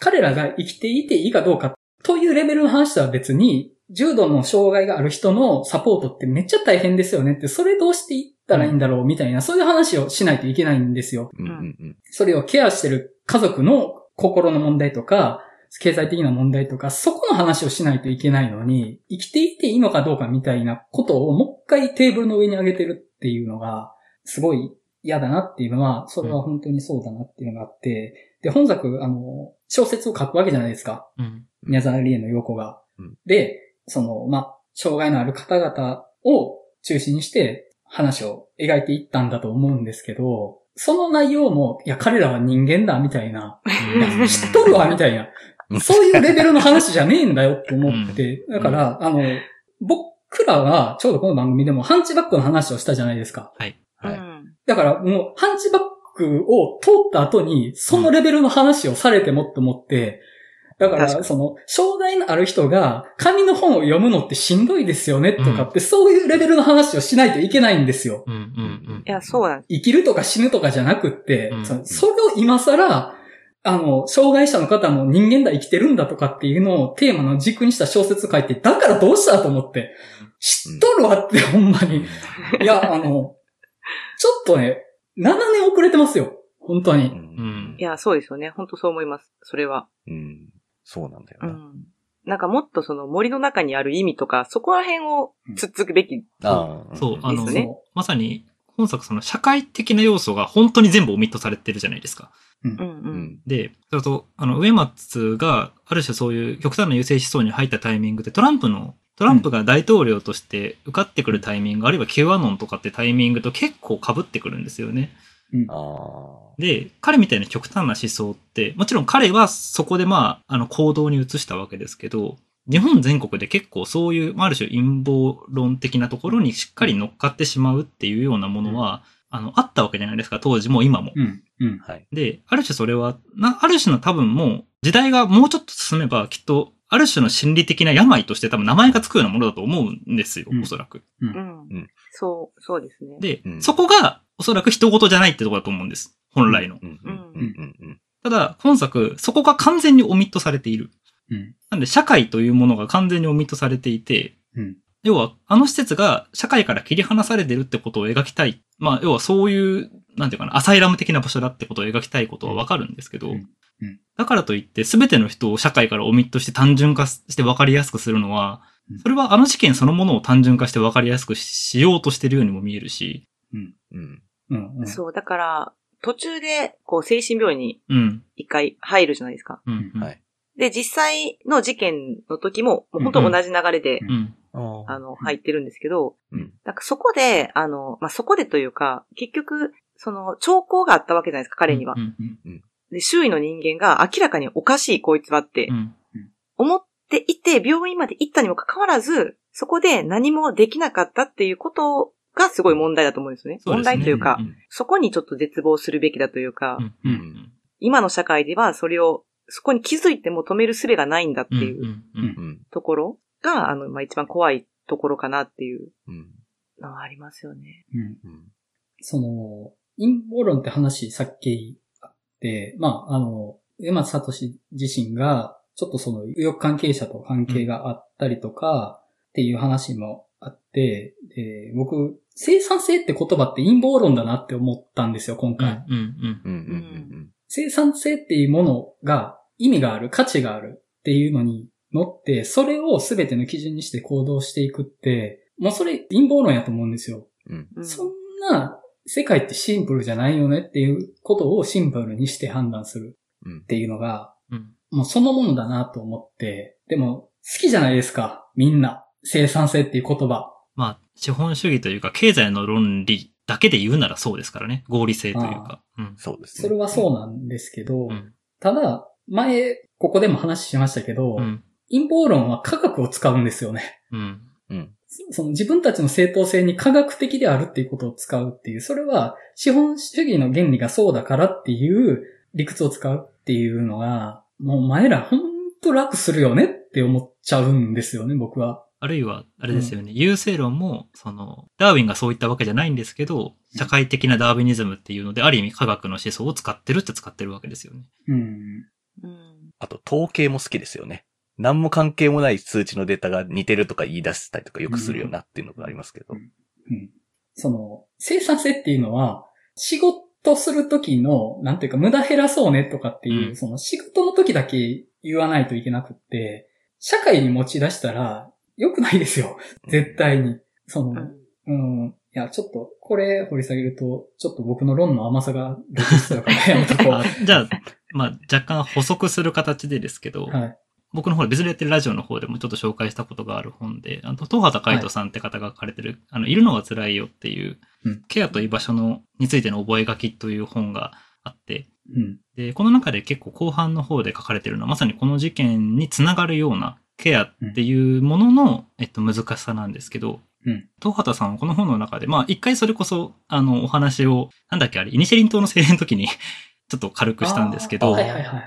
S1: 彼らが生きていていいかどうかというレベルの話とは別に、重度の障害がある人のサポートってめっちゃ大変ですよねって、それどうしていったらいいんだろうみたいな、そういう話をしないといけないんですよ。
S3: うんうんうん。
S1: それをケアしてる家族の心の問題とか、経済的な問題とか、そこの話をしないといけないのに、生きていていいのかどうかみたいなことをもう一回テーブルの上に上げてるっていうのが、すごい嫌だなっていうのは、それは本当にそうだなっていうのがあって、で、本作、あの、小説を書くわけじゃないですか。
S4: うん。
S1: 宮沢りえの横が。
S3: うん
S1: で、その、まあ、障害のある方々を中心にして話を描いていったんだと思うんですけど、その内容も、いや、彼らは人間だ、みたいな。いや、知っとるわ、みたいな。そういうレベルの話じゃねえんだよって思って、だから、あの、僕らは、ちょうどこの番組でも、ハンチバックの話をしたじゃないですか。
S2: う
S3: はい
S2: ん。
S1: だから、もう、ハンチバックを通った後に、そのレベルの話をされてもって思って、だか、
S2: 確からに
S1: その、障害のある人が、紙の本を読むのってしんどいですよね、とかって、そういうレベルの話をしないといけないんですよ。
S4: うん。うん。
S2: いや、そうなんで
S1: 生きるとか死ぬとかじゃなくって、
S4: うん
S1: そのそれを今更、あの、障害者の方も人間だ生きてるんだとかっていうのをテーマの軸にした小説書いて、だからどうしたと思って、知っとるわって、ほんまに。いや、あの、ちょっとね、7年遅れてますよ。本当
S3: う
S1: に。
S3: ん
S4: うん
S2: す。いや、そうですよね。本当そう思います。それは。
S3: うん。そうなんだよ
S2: う
S3: な。
S2: ん。なんかもっとその森の中にある意味とか、そこら辺をつっつくべき。
S3: ああ
S4: そう、あ
S2: で
S4: の
S2: す、ね
S4: まさに、本作その社会的な要素が本当に全部オミットされてるじゃないですか。
S2: うんう。
S3: うんん。
S4: で、それと、あの、植松が、ある種そういう極端な優勢思想に入ったタイミングで、トランプの、トランプが大統領として受かってくるタイミング、あるいは Q アノンとかってタイミングと結構被ってくるんですよね。
S3: ああ。
S4: で、彼みたいな極端な思想って、もちろん彼はそこでまあ、あの、行動に移したわけですけど、日本全国で結構そういう、まあ、ある種陰謀論的なところにしっかり乗っかってしまうっていうようなものは、あの、あったわけじゃないですか、当時も今も。
S1: うん。うん。
S3: はい。
S4: で、ある種それは、な、ある種の多分もう、時代がもうちょっと進めば、きっと、ある種の心理的な病として多分名前がつくようなものだと思うんですよ
S1: う、ん
S4: おそらく。
S2: うん
S3: ん。
S2: そう、そうですね。
S4: で、
S3: うん
S4: そこが、おそらく人事じゃないってところだと思うんです。本来の。
S3: うんうんうんうん
S4: ただ、本作、そこが完全にオミットされている。
S1: うん。
S4: なんで、社会というものが完全にオミットされていて、
S1: うん。
S4: 要は、あの施設が社会から切り離されてるってことを描きたい。まあ、要はそういう、なんていうかな、アサイラム的な場所だってことを描きたいことはわかるんですけど、
S1: うんうん
S4: だからといって、すべての人を社会からオミットして単純化して分かりやすくするのは
S1: うん、
S4: それはあの事件そのものを単純化して分かりやすくしようとしてるようにも見えるし、
S3: うん。
S1: うん。うん。
S2: そう、だから、途中で、こう、精神病院に
S4: うん。
S2: 一回入るじゃないですか。
S4: うん。うん
S3: はい
S2: で、実際の事件の時も、もう本当同じ流れで、
S4: うん。
S2: あの、入ってるんですけど、
S3: うん
S2: なんかそこで、あの、まあ、そこでというか、結局、その、兆候があったわけじゃないですか、彼には
S4: う。ん。うん
S2: で、周囲の人間が明らかにおかしいこいつはって
S4: うん。
S2: 思っていて、病院まで行ったにもかかわらず、そこで何もできなかったっていうことがすごい問題だと思うんですよね。
S4: そう
S2: 問
S4: ですね
S2: 題というか、
S4: うん
S2: そこにちょっと絶望するべきだというか、
S1: う
S4: うん。
S1: ん
S2: 今の社会ではそれを、そこに気づいても止める術がないんだって
S4: うん。。
S2: いううん
S4: うん。
S3: うん。
S2: ところが、あの、まあ、一番怖いところかなっていう
S3: うん。
S2: のはありますよね。
S1: うん。
S3: うん。
S1: その、陰謀論って話さっきあって、まあ、あの、江松聡自身が、ちょっとその、右翼関係者と関係があったりとか、っていう話もあって、で僕、生産性って言葉って陰謀論だなって思ったんですよ、今
S4: うん。う
S1: 回。
S4: ん。
S3: うん。うん。
S1: 生産性っていうものが意味がある、価値があるっていうのに乗って、それを全ての基準にして行動していくって、もうそれ陰謀論やと思うんですよ。
S3: うん。
S2: うん
S1: そんな世界ってシンプルじゃないよねっていうことをシンプルにして判断する
S3: うん
S1: っていうのが、
S4: うん。
S1: もうそのものだなと思って、でも好きじゃないですか、みんな。生産性っていう言葉。
S4: まあ、資本主義というか、経済の論理だけで言うならそうですからね。合理性というか。うん。
S3: そうですね。
S1: それはそうなんですけど、
S4: うん
S1: ただ、前、ここでも話しましたけど、
S4: うん。
S1: 陰謀論は科学を使うんですよね。
S4: うん。
S3: うん。
S1: そその自分たちの正当性に科学的であるっていうことを使うっていう、それは資本主義の原理がそうだからっていう理屈を使うっていうのが、もうお前らほんと楽するよねって思っちゃうんですよね、僕は。
S4: あるいは、あれですよね。優勢論も、その、ダーウィンがそう言ったわけじゃないんですけど、社会的なダーウィニズムっていうので、ある意味科学の思想を使ってるって使ってるわけですよ ね。
S1: うん。
S2: うん。
S3: あと、統計も好きですよね。何も関係もない数値のデータが似てるとか言い出したりとかよくするよなっていうのがありますけど。
S1: うん。その、生産性っていうのは、仕事するときの、なんていうか、無駄減らそうねとかっていう、
S4: うん
S1: その仕事の時だけ言わないといけなくって、社会に持ち出したら良くないですよ。絶対に。その、
S2: うん
S1: うん。いや、ちょっと、これ掘り下げると、ちょっと僕の論の甘さが露出したかもね、とこは。
S4: あ
S1: はい。
S4: じゃあ、まあ、若干補足する形でですけど、 僕の方で別でやってるラジオの方でもちょっと紹介したことがある本で、あの、東畑海人さんって方が書かれてる、あの、いるのが辛いよっていう、
S1: うん
S4: ケアと居場所の、についての覚書きという本があって、
S1: うん。
S4: で、この中で結構後半の方で書かれてるのは、まさにこの事件につながるようなケアっていうものの、えっと、難しさなんですけど、
S1: うん
S4: 東畑さんはこの本の中で、まあ、一回それこそ、あの、お話を、なんだっけ、あれ、イニシェリン島の青年の時に、 ちょっと軽くしたんですけ
S1: あー
S4: ど、
S1: はいはいはい。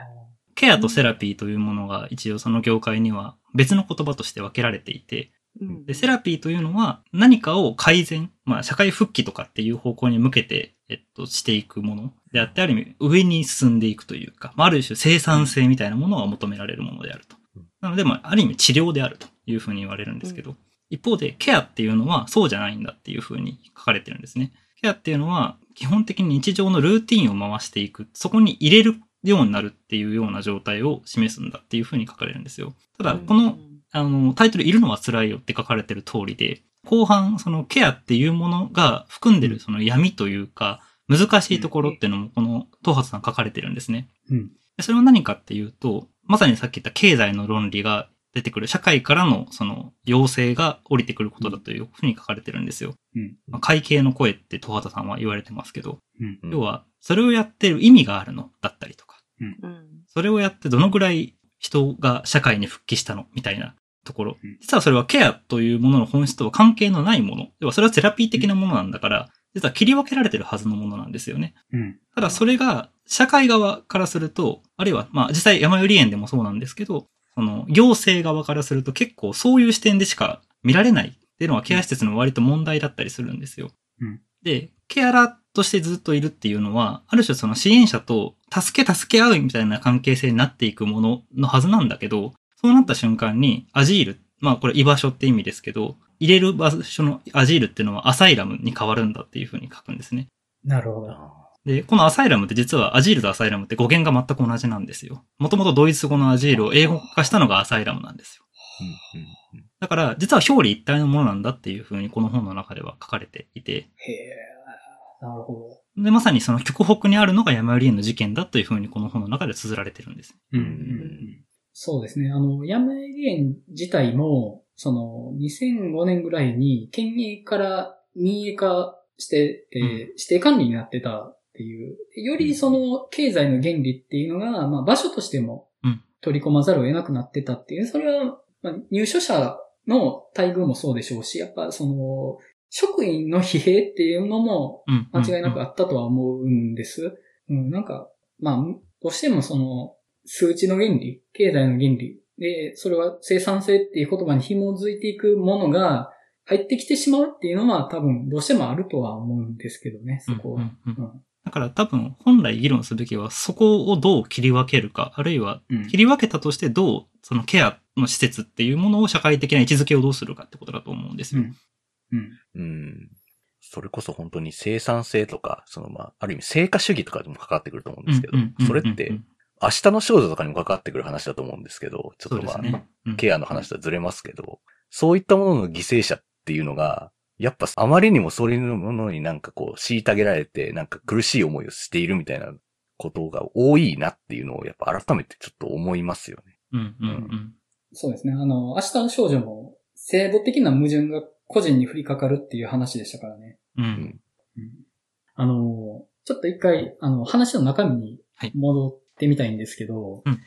S4: ケアとセラピーというものが一応その業界には別の言葉として分けられていて、
S2: うん
S4: で、セラピーというのは何かを改善、まあ社会復帰とかっていう方向に向けて、えっと、していくものであって、ある意味上に進んでいくというか、まあある種生産性みたいなものは求められるものであると
S3: うん。
S4: なので、まあある意味治療であるというふうに言われるんですけど、一方でケアっていうのはそうじゃないんだっていうふうに書かれてるんですね。ケアっていうのは基本的に日常のルーティンを回していく、そこに入れるようになるっていうような状態を示すんだっていうふうに書かれるんですよ。ただ、この、あの、タイトルいるのは辛いよって書かれてる通りで、後半、そのケアっていうものが含んで
S1: う
S4: る
S1: ん
S4: その闇というか、難しいところっていうのもこの東発さん書かれてるんですね。
S1: うん
S4: でそれは何かっていうと、まさにさっき言った経済の論理が出てくる、社会からのその要請が降りてくることだというふうに書かれてるんですよ。
S1: うん
S4: まあ会計の声って東畑さんは言われてますけど、
S1: うん
S3: うん
S4: 要は、それをやってる意味があるのだったりとか、
S2: うん。
S4: それをやってどのぐらい人が社会に復帰したのみたいなところ
S1: うん。
S4: 実はそれはケアというものの本質とは関係のないもの。要はそれはセラピー的なものなんだから、実は切り分けられてるはずのものなんですよね。
S1: うん。
S4: ただそれが社会側からすると、あるいはまあ実際山寄り園でもそうなんですけど、その行政側からすると結構そういう視点でしか見られないっていうのはケア施設の割と問題だったりするんですよ。
S1: うん
S4: で、ケアラーとしてずっといるっていうのは、ある種その支援者と助け助け合うみたいな関係性になっていくもののはずなんだけど、そうなった瞬間にアジール、まあこれ居場所って意味ですけど、入れる場所のアジールっていうのはアサイラムに変わるんだっていうふうに書くんですね。
S1: なるほど。
S4: で、このアサイラムって実はアジールとアサイラムって語源が全く同じなんですよ。もともとドイツ語のアジールを英語化したのがアサイラムなんですよ。だから、実は表裏一体のものなんだっていうふうにこの本の中では書かれていて、
S1: へえ、なるほ
S4: で、まさにその極北にあるのが山より園の事件だというふうにこの本の中で綴られてるんです。
S1: うん
S3: うん
S1: そうですね。あの、ヤムエリエン自体も、その、2005年ぐらいに、県営から民営化して、えー
S4: うん
S1: 指定管理になってたっていう、よりその、経済の原理っていうのが、まあ、場所としても
S4: うん、
S1: 取り込まざるを得なくなってたっていう、それは、まあ、入所者の待遇もそうでしょうし、やっぱその、職員の疲弊っていうのも、
S4: うん。
S1: 間違いなく
S4: うん
S1: あったとは思うんです。うん、なんか、まあ、どうしてもその、数値の原理、経済の原理、で、それは生産性っていう言葉に紐づいていくものが入ってきてしまうっていうのは多分どうしてもあるとは思うんですけどね、そこは。
S4: うんうんうん
S1: うん
S4: だから多分本来議論すべきはそこをどう切り分けるか、あるいは
S1: うん
S4: 切り分けたとしてどうそのケアの施設っていうものを社会的な位置づけをどうするかってことだと思うんですよ。
S1: うん。
S3: うん。それこそ本当に生産性とか、そのまあ、ある意味成果主義とかにも関わってくると思うんですけど
S4: うんうんうんう、ん
S3: それって明日の少女とかにも関わってくる話だと思うんですけど、ちょ
S4: そ
S3: っと
S4: うで
S3: ますあ、
S4: ね。うん
S3: ケアの話とはずれますけど、そういったものの犠牲者っていうのが、やっぱあまりにもそれのものになんかこう、虐げられて、なんか苦しい思いをしているみたいなことが多いなっていうのを、やっぱ改めてちょっと思いますよね。
S4: うんうんうん。
S1: そうですね。あの、明日の少女も制度的な矛盾が個人に降りかかるっていう話でしたからね。
S4: うん。
S1: あの、ちょっと一回、あの、話の中身に戻ってみたいんですけど、
S4: うん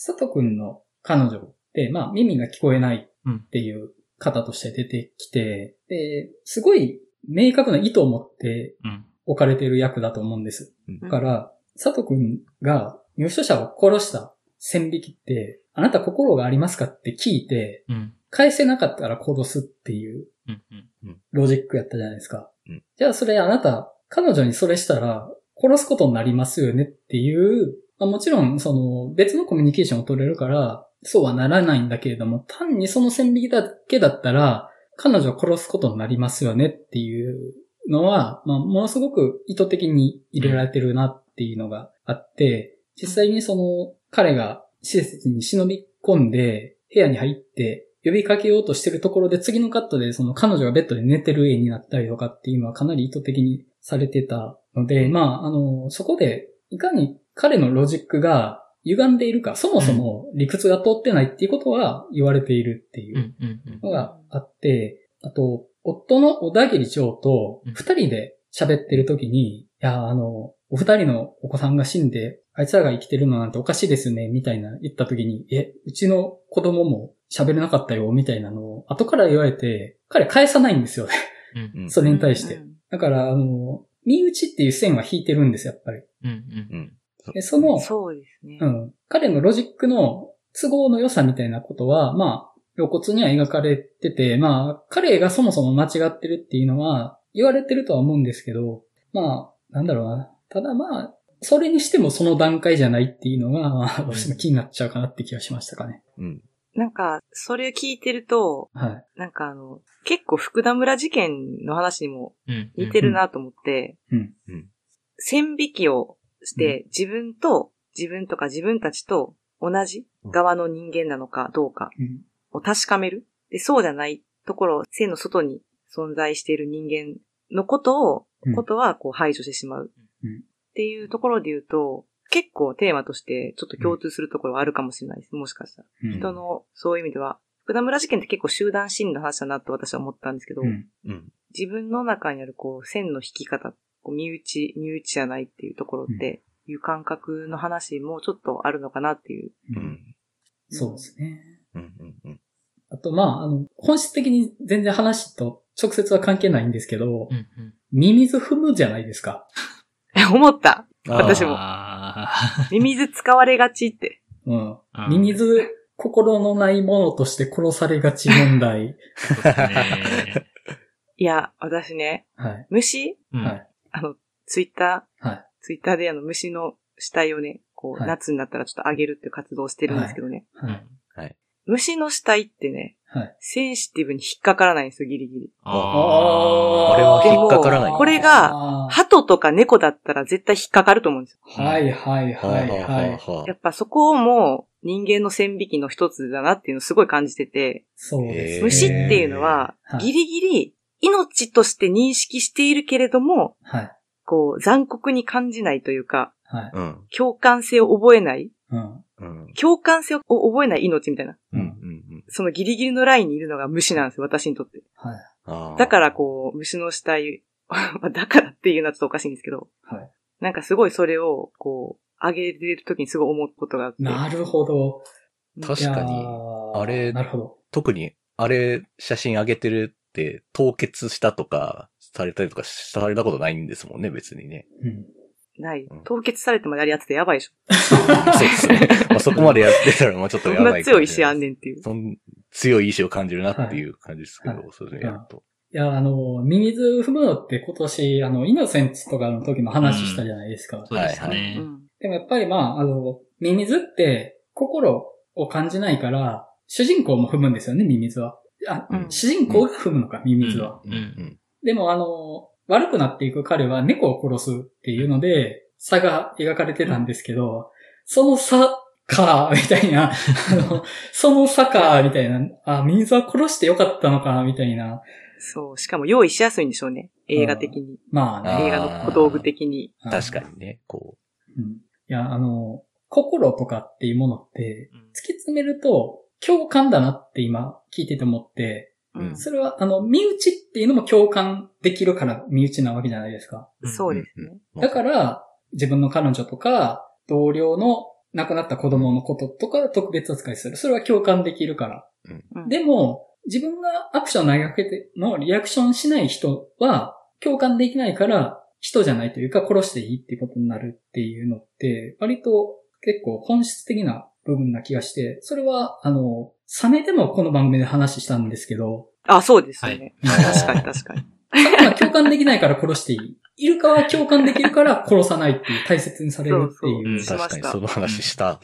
S1: 佐藤くんの彼女って、まあ耳が聞こえないっていう方として出てきて、で、すごい明確な意図を持って
S4: うん。
S1: 置かれている役だと思うんです。
S3: うん
S1: だから、佐藤くんが入所者を殺した線引きって、あなた心がありますかって聞いて、
S4: うん。
S1: 返せなかったら殺すっていう
S4: うんうん。
S1: ロジックやったじゃないですか。
S3: うん
S1: じゃあそれあなた、彼女にそれしたら殺すことになりますよねっていう、まあ、もちろんその別のコミュニケーションを取れるから、そうはならないんだけれども、単にその線引きだけだったら、彼女を殺すことになりますよねっていうのは、まあ、ものすごく意図的に入れられてるなっていうのがあって、実際にその彼が施設に忍び込んで部屋に入って呼びかけようとしてるところで次のカットでその彼女がベッドで寝てる絵になったりとかっていうのはかなり意図的にされてたので、まあ、あの、そこでいかに彼のロジックが歪んでいるか、そもそも理屈が通ってないっていうことは言われているっていう
S4: う。んうんうん。
S1: のがあって、あと、夫の小田切長と
S4: うん
S1: 二人で喋ってる時に、いや、あの、お二人のお子さんが死んで、あいつらが生きてるのなんておかしいですね、みたいな言った時に、え、うちの子供も喋れなかったよ、みたいなのを後から言われて、彼返さないんですよね。
S4: うん
S3: うん
S1: それに対して。
S2: うん
S1: だから、あの、身内っていう線は引いてるんです、やっぱり。
S4: うんうん。
S3: うん。
S1: でその、
S2: そうですね。
S1: うん。彼のロジックの都合の良さみたいなことは、まあ、露骨には描かれてて、まあ、彼がそもそも間違ってるっていうのは言われてるとは思うんですけど、まあ、なんだろうな。ただまあ、それにしてもその段階じゃないっていうのが、まあ、どうしても気になっちゃうかなって気がしましたかね。
S3: うん。
S2: なんか、それ聞いてると、
S1: はい。
S2: なんかあの、結構福田村事件の話にも
S4: うん。
S2: 似てるなと思って、
S1: うん。
S2: 線引きをして、自分と、自分とか自分たちと同じ側の人間なのかどうか
S1: うん。
S2: を確かめる。で、そうじゃないところ、線の外に存在している人間のことを、
S1: うん
S2: ことはこう排除してしまう
S1: うん。
S2: っていうところで言うと、結構テーマとしてちょっと共通するところはあるかもしれないです。もしかしたら。
S1: うん
S2: 人の、そういう意味では。福田村事件って結構集団心理の話だなと私は思ったんですけど、
S1: うん。
S3: うん。
S2: 自分の中にあるこう、線の引き方、こう身内、身内じゃないっていうところって、いう感覚の話もちょっとあるのかなっていう。
S1: う。
S3: うんん。
S1: そうですね。
S3: うん。うん。
S1: あと、まあ、あの、本質的に全然話と直接は関係ないんですけど
S4: う、んうん。
S1: ミミズ踏むじゃないですか。
S2: 思った私も
S4: あ
S2: ミミズ使われがちって。
S1: うん。
S4: あ
S1: ミミズ、心のないものとして殺されがち問題。
S4: ーそうですね。
S2: いや、私ね、
S1: はい。
S2: 虫
S4: うん
S1: はい。
S2: あの、ツイッタ
S1: はい。
S2: ー、ツイッターであの、虫の死体をね、こう、
S1: はい
S2: 夏になったらちょっとあげるっていう活動をしてるんですけどね。
S1: はい。
S2: 虫の死体ってね、
S1: はい。
S2: センシティブに引っかからないんですよ、ギリギリ。
S4: あ
S1: あ
S4: ー
S1: ー
S3: あれは引っかからない。
S2: これが
S1: あー
S2: 鳩とか猫だったら絶対引っかかると思うんですよ。
S1: はいはいは
S3: はいいは
S1: はいい。
S3: は
S2: や
S3: い
S2: っ。ぱそこをもう人間の線引きの一つだなっていうのをすごい感じてて、
S1: そうですね。
S2: 虫っていうのは
S1: はい
S2: ギリギリ命として認識しているけれども、
S1: はい。
S2: こう、残酷に感じないというか、
S1: はい。
S3: うん。
S2: 共感性を覚えない、
S1: うん。
S3: うん。
S2: 共感性を覚えない命みたいな。
S3: う。
S1: うん。
S3: うんん。
S2: そのギリギリのラインにいるのが虫なんですよ、私にとって。
S1: はい。
S3: あー
S2: だからこう、虫の死体、 まあだからっていうのはちょっとおかしいんですけど、
S1: はい。
S2: なんかすごいそれを、こう、上げれるときにすごい思うことがあって。
S1: なるほど。
S3: 確か
S1: いや
S3: に、
S1: ー
S3: あれ
S1: なるほど。
S3: 特に、あれ、写真上げてるって、凍結したとか、されたりとか、されたことないんですもんね、別にね。
S1: うん。
S2: ない
S3: うん。
S2: 凍結されてまであれやっててやばいでしょ。
S3: そうですね。まあ、そこまでやってたら、まあ、ちょっと
S2: そ
S3: や
S2: ん
S3: ば
S2: な
S3: いか
S2: 強
S3: もしれない
S2: い石あんねんっていう。
S3: そん強い意志を感じるなっていう感じですけど、
S1: はい
S3: それでやると。
S1: いや、あの、ミミズ踏むのって今年、あの、イノセンツとかの時も話したじゃないですか。
S4: そうですね。
S3: はい
S2: うん。
S1: でもやっぱりまあ、あの、ミミズって心を感じないから、主人公も踏むんですよね、ミミズは。あ、
S2: うん
S1: 主人公が踏むのか、ミミズは。
S4: うん
S3: うん
S1: でもあの、悪くなっていく彼は猫を殺すっていうので、差が描かれてたんですけど、その差か、みたいな、あの、その差か、みたいな、あ、ミミズは殺してよかったのか、みたいな、
S2: そう。しかも用意しやすいんでしょうね。映画的に。
S1: まあね
S3: あー
S2: 映画の小道具的に。
S1: うん
S3: 確かにね、こ
S1: うん。いや、あの、心とかっていうものって、
S4: うん
S1: 突き詰めると共感だなって今聞いてて思って、
S3: う
S2: うんん。
S1: それはあの、身内っていうのも共感できるから身内なわけじゃないですか。
S4: うん
S2: そうですね。
S3: う。、
S1: だからら、自分の彼女とか、同僚の亡くなった子供のこととか特別扱いする。それは共感できるから。
S2: うん
S1: でも、自分がアクション投げかけてのリアクションしない人は共感できないから人じゃないというか殺していいっていうことになるっていうのって割と結構本質的な部分な気がして、それはあの、サメでもこの番組で話したんですけど、
S2: あ、そうですよね。
S1: はい
S2: 確かに確かに。
S1: サメは共感できないから殺していい。イルカは共感できるから殺さないっていう大切にされるっていう。
S4: うん
S2: しま
S3: 確か
S2: し
S3: に
S2: た
S3: そ。の話した。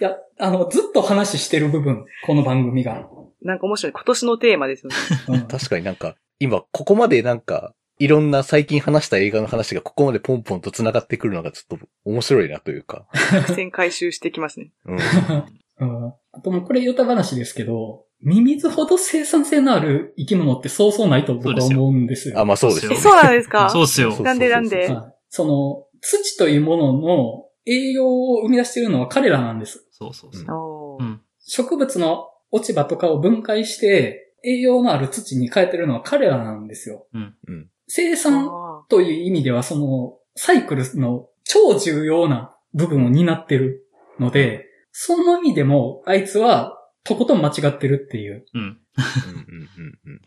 S1: いや、あの、ずっと話してる部分、この番組が。
S2: なんか面白い。今年のテーマですよね。
S1: うん
S3: 確かになんか、今、ここまでなんか、いろんな最近話した映画の話がここまでポンポンと繋がってくるのがちょっと面白いなというか。
S2: 伏線回収してきますね。
S3: うん。
S1: うんあともうこれヨタ話ですけど、ミミズほど生産性のある生き物ってそうそうないと僕は思うんですよ。
S3: あ、まあそうですよ
S2: え、
S3: ね。
S2: そうなんですか
S4: そうっすよ。
S3: そう
S2: なんでなんで
S1: はいその、土というものの栄養を生み出しているのは彼らなんです。
S4: そうそうそう。
S2: お
S4: う
S2: ー
S4: ん。
S1: 植物の落ち葉とかを分解して、栄養のある土に変えてるのは彼らなんですよ。
S4: うん
S3: うん
S1: 生
S2: あ
S1: 産という意味では、その、サイクルの超重要な部分を担ってるので、その意味でも、あいつは、とことん間違ってるっていう。
S4: うん。
S3: うんうんうん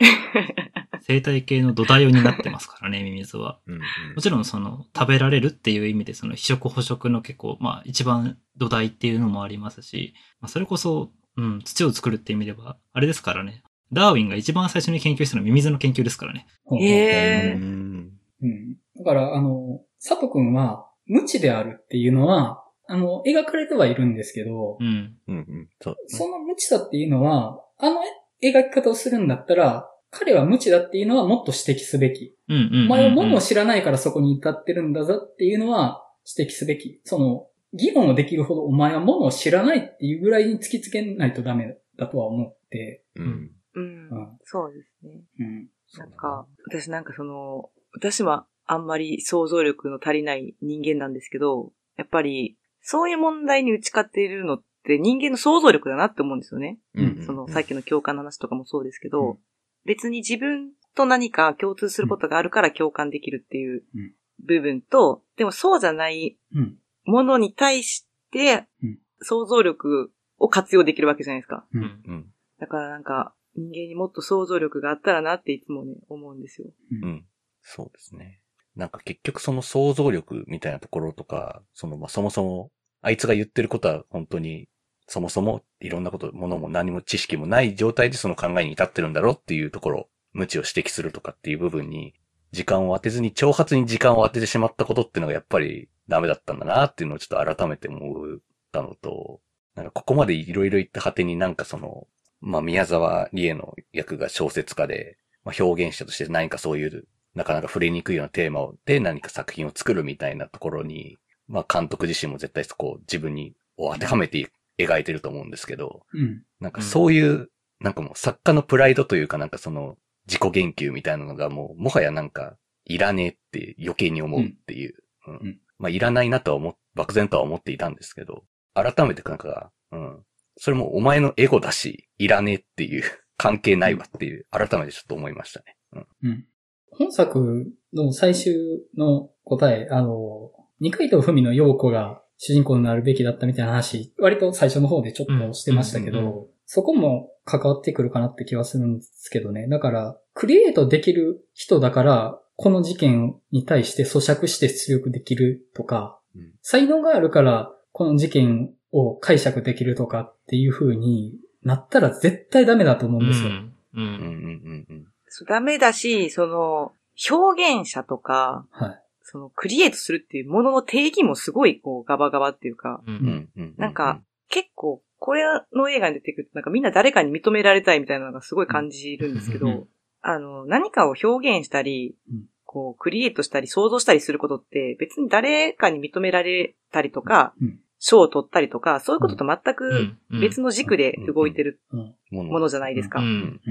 S4: 生態系の土台を担ってますからね、ミミズは。
S3: うんうん
S4: もちろんその食べられるっていう意味でその非食捕食の結構まあ一番土台っていうのもありますし、まあ、それこそ、うん、土を作るって意味ではあれですからねダーウィンが一番最初に研究したのはミミズの研究ですからね。
S2: へ
S3: う
S2: ー
S3: ん
S1: うん。だから、あの、佐藤くんは、無知であるっていうのは、あの、描かれてはいるんですけど、
S4: うん。
S3: うんうん。そう。
S1: その無知さっていうのは、あの描き方をするんだったら、彼は無知だっていうのはもっと指摘すべき。
S4: うんうんうん、うん。
S1: お前は物を知らないからそこに至ってるんだぞっていうのは指摘すべき。その、議論をできるほどお前は物を知らないっていうぐらいに突きつけないとダメだとは思って。
S3: うん。
S2: うん
S1: うん。
S2: そうですね。
S1: うん。
S2: なんか、私なんかその、私はあんまり想像力の足りない人間なんですけど、やっぱり、そういう問題に打ち勝っているのって人間の想像力だなって思うんですよね。
S3: うん
S2: その、さっきの共感の話とかもそうですけど、
S1: うん
S2: 別に自分と何か共通することがあるから共感できるっていう
S1: うん
S2: 部分と、でもそうじゃない
S1: うん。
S2: ものに対して
S1: うん、
S2: 想像力を活用できるわけじゃないですか。
S1: う。
S4: うんん。
S3: うん。
S2: だからなんか、人間にもっと想像力があったらなっていつもね、思うんですよ。
S3: うん。そうですね。なんか結局その想像力みたいなところとか、そのまあそもそも、あいつが言ってることは本当に、そもそもいろんなこと、ものも何も知識もない状態でその考えに至ってるんだろうっていうところ、無知を指摘するとかっていう部分に、時間を当てずに、挑発に時間を当ててしまったことっていうのがやっぱりダメだったんだなっていうのをちょっと改めて思ったのと、なんかここまでいろいろ言った果てになんかその、まあ宮沢理恵の役が小説家で、まあ、表現者として何かそういう、なかなか触れにくいようなテーマをで何か作品を作るみたいなところに、まあ監督自身も絶対そこを自分にを当てはめて描いてると思うんですけど、
S1: うん。
S3: なんかそういう、なんかもう作家のプライドというかなんかその自己言及みたいなのがもうもはやなんかいらねえって余計に思うっていう。うん
S1: うん
S3: まあ、いらないなとは思、漠然とは思っていたんですけど、改めてなんか、うん。それもお前のエゴだし、いらねえっていう、関係ないわっていう、改めてちょっと思いましたね。うん。
S1: うん。本作の最終の答え、あの、二階堂ふみの陽子が主人公になるべきだったみたいな話、割と最初の方でちょっとしてましたけど、
S4: うんうん
S1: そこも関わってくるかなって気はするんですけどね。だから、クリエイトできる人だから、この事件に対して咀嚼して出力できるとか、
S3: うん
S1: 才能があるから、この事件を解釈できるとかっていう風になったら絶対ダメだと思うんですよ。
S3: う
S4: う
S3: んうん
S4: ん。
S3: うんうん。
S2: そうダメだし、その、表現者とか、
S1: はい。
S2: その、クリエイトするっていうものの定義もすごい、こう、ガバガバっていうか、
S4: う。
S3: うんんうんうん。
S2: なんか、結構、これの映画に出てくると、なんかみんな誰かに認められたいみたいなのがすごい感じるんですけ
S1: う
S2: ど
S1: ん、
S2: あの、何かを表現したり
S1: うん、
S2: こう、クリエイトしたり、想像したりすることって、別に誰かに認められたりとか
S1: うん、
S2: 賞を取ったりとか、そういうことと全
S4: う
S2: く
S4: ん。うん
S2: 別の軸で動いてる
S1: うん。
S3: も
S2: ものじゃないですか
S4: う。
S3: うん
S4: ん。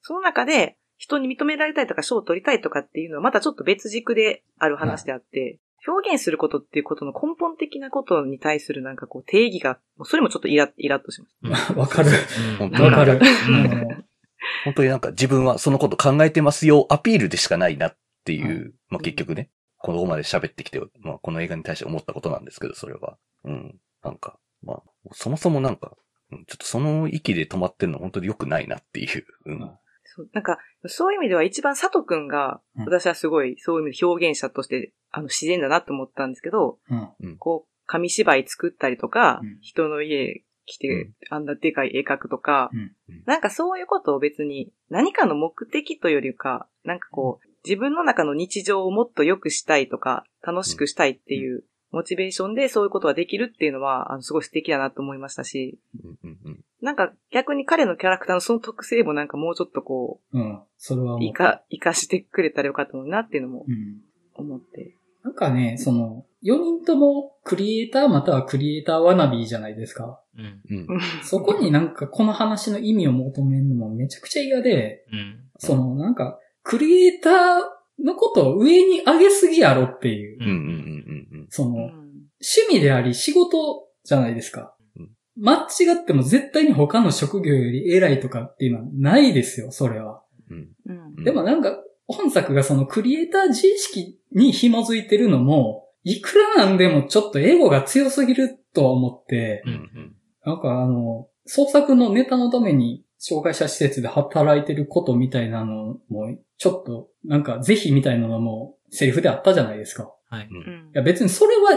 S2: その中で、人に認められたいとか、賞を取りたいとかっていうのは、またちょっと別軸である話であって、表現することっていうことの根本的なことに対するなんかこう定義が、もうそれもちょっとイライラっとしま し
S1: わ かる。
S4: うん
S3: 本当に
S1: わか る。
S4: うん
S1: あの
S3: 本当になんか自分はそのこと考えてますよ、アピールでしかないなっていう、まあ結局ね、ここまで喋ってきて、まあこの映画に対して思ったことなんですけど、それは。うん。なんか、まあ、そもそもなんか、うんちょっとその域で止まってるの本当に良くないなっていう。うん。
S2: そう、なんか、そういう意味では一番佐藤くんが
S1: うん、
S2: 私はすごい、そういう意味で表現者として、あの、自然だなと思ったんですけど、
S1: うん
S2: こう、紙芝居作ったりとか、
S1: うん
S2: 人の家来て、あんなでかい絵描くとか、
S1: うん
S3: うん
S2: なんかそういうことを別に、何かの目的というよりか、なんかこう、自分の中の日常をもっと良くしたいとか、楽しくしたいっていう、モチベーションでそういうことができるっていうのは、あの、すごい素敵だなと思いましたし、
S3: うんうんうん。
S2: なんか逆に彼のキャラクターのその特性もなんかもうちょっとこう、
S1: うん。それはもう。
S2: いか、生かしてくれたらよかったのになっていうのも
S1: うん。
S2: 思って。
S1: なんかね、その、4人ともクリエイターまたはクリエイターワナビーじゃないですか。
S4: うん。
S3: うん。
S1: そこになんかこの話の意味を求めるのもめちゃくちゃ嫌で、
S4: うん。
S1: そのなんか、クリエイターのことを上に上げすぎやろっていう、
S3: うんうんうんうんうん。
S1: そうの、
S2: ん
S1: 趣味であり仕事じゃないですか
S3: うん。
S1: 間違っても絶対に他の職業より偉いとかっていうのはないですよ、それは。
S3: うん
S2: うん
S3: うん
S1: でもなんか、本作がそのクリエイター自意識に紐づいてるのも、いくらなんでもちょっとエゴが強すぎるとは思って
S3: う、ん
S1: なんかあの、創作のネタのために障害者施設で働いてることみたいなのも、ちょっと、なんかぜひみたいなのもセリフであったじゃないですか。
S4: はい。
S2: うん
S1: いや別にそれは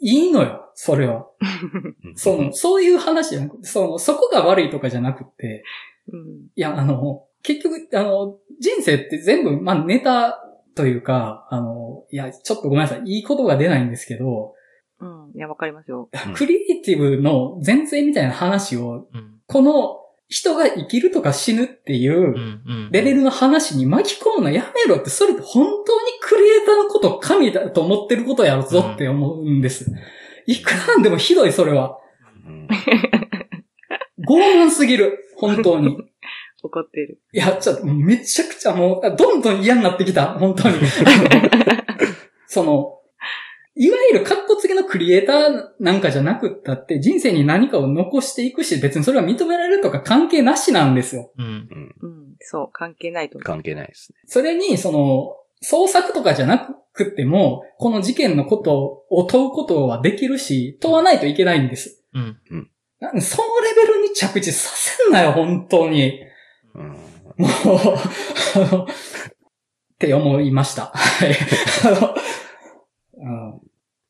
S1: いいのよ、それは。
S3: うん。
S1: その、そういう話じゃなくその、そこが悪いとかじゃなくって、
S2: うん
S1: いや、あの、結局、あの、人生って全部、まあ、ネタというか、あの、いや、ちょっとごめんなさい、いいことが出ないんですけど、
S2: うん。いや、わかりますよ。
S3: うん
S1: クリエイティブの前世みたいな話を、
S4: うん。。
S1: この人が生きるとか死ぬっていううん
S4: うん。
S1: レベルの話に巻き込むのやめろって、それって本当にクリエイターのことを神だと思ってることやろぞって思うんです。いくらなんでもひどい、それは。
S3: うん
S1: 傲慢すぎる、本当に。
S2: 怒っている。
S1: いや、ちょっと、めちゃくちゃもう、どんどん嫌になってきた、本当に。その、いわゆる格好つけのクリエイターなんかじゃなくったって、人生に何かを残していくし、別にそれは認められるとか関係なしなんですよ。
S4: うん。
S3: うん
S2: うん。そう、関係ないと思う。
S3: 関係ないですね。
S1: それに、その、創作とかじゃなくっても、この事件のことを問うことはできるし、問わないといけないんです。
S4: うん。
S1: なそのレベルに着地させんなよ、本当に。
S3: うん
S1: もう、あの、って思いました。はい。あの、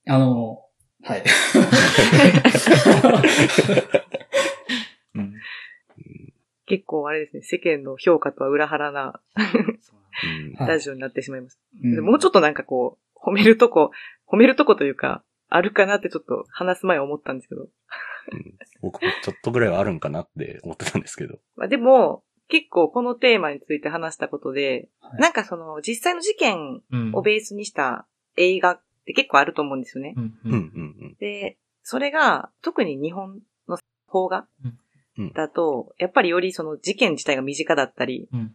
S1: あの、はい。
S4: うん。
S2: 結構あれですね、世間の評価とは裏腹な
S4: そう
S3: うん
S1: はい
S2: ラジオになってしまいます。
S1: うん
S2: もうちょっとなんかこう、褒めるとこ、褒めるとこというか、あるかなってちょっと話す前思ったんですけど。
S3: 僕もちょっとぐらいはあるんかなって思ってたんですけど。
S2: まあでも、結構このテーマについて話したことで、
S1: はい
S2: なんかその実際の事件
S4: うん。
S2: をベースにした映画って結構あると思うんですよね。
S4: うん。
S3: う
S4: うん。
S3: うんん
S2: で、それが、特に日本の方が
S3: うん
S2: だと、やっぱりよりその事件自体が身近だったり、
S4: うん。
S3: うん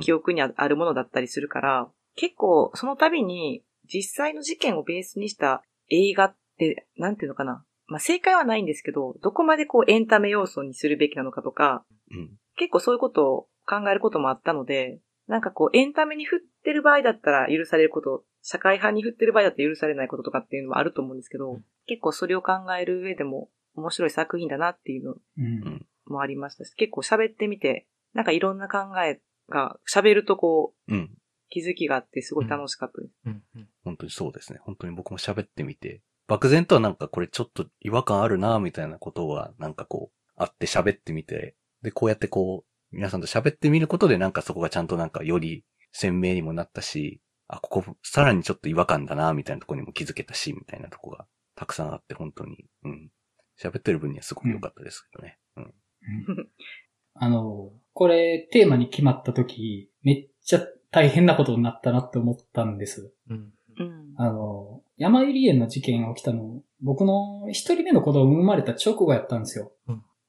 S2: 記憶にああるものだったりするから、結構その度に実際の事件をベースにした映画って、なんていうのかな。まあ、正解はないんですけど、どこまでこうエンタメ要素にするべきなのかとか、
S3: うん。
S2: 結構そういうことを考えることもあったので、なんかこうエンタメに振ってる場合だったら許されること、社会派に振ってる場合だったら許されないこととかっていうのもあると思うんですけど、結構それを考える上でも面白い作品だなっていうの
S1: うん。
S2: もありましたし、結構喋ってみて、なんかいろんな考えが喋るとこう
S3: うん。
S2: 気づきがあってすごい楽しかったです。
S4: うんうん
S3: 本当にそうですね。本当に僕も喋ってみて、漠然とはなんかこれちょっと違和感あるなみたいなことは、なんかこう、あって喋ってみて、で、こうやってこう、皆さんと喋ってみることでなんかそこがちゃんとなんかより鮮明にもなったし、あ、ここ、さらにちょっと違和感だなみたいなところにも気づけたし、みたいなとこがたくさんあって、本当に、うん。喋ってる分にはすごく良かったですけどね。うん。
S1: あの、これ、テーマに決まった時、めっちゃ大変なことになったなって思ったんです。
S4: うん
S2: うん。
S1: あの、山入り園の事件が起きたの、僕の一人目の子供生まれた直後やったんですよ。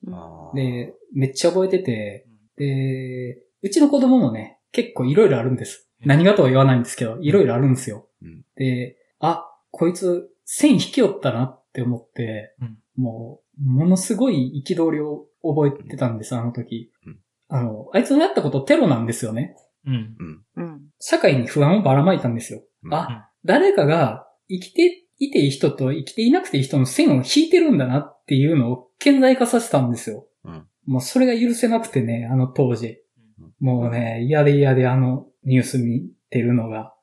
S3: あー
S1: で、めっちゃ覚えてて、で、うちの子供もね、結構いろいろあるんです。何がとは言わないんですけど、いろいろあるんですよ。
S3: うん
S1: で、あ、こいつ、線引きよったなって思って、
S4: うん
S1: もう、ものすごい憤りを覚えてたんです、あの時。
S3: うん
S1: あの、あいつのやったことテロなんですよね。
S4: うん
S3: う
S2: う
S3: ん。
S2: ん。
S1: 社会に不安をばらまいたんですよ。
S3: うん
S1: あ、誰かが生きていていい人と生きていなくていい人の線を引いてるんだなっていうのを顕在化させたんですよ。
S3: うん
S1: もうそれが許せなくてね、あの当時。
S3: うん
S1: もうね、嫌で嫌であのニュース見てるのが。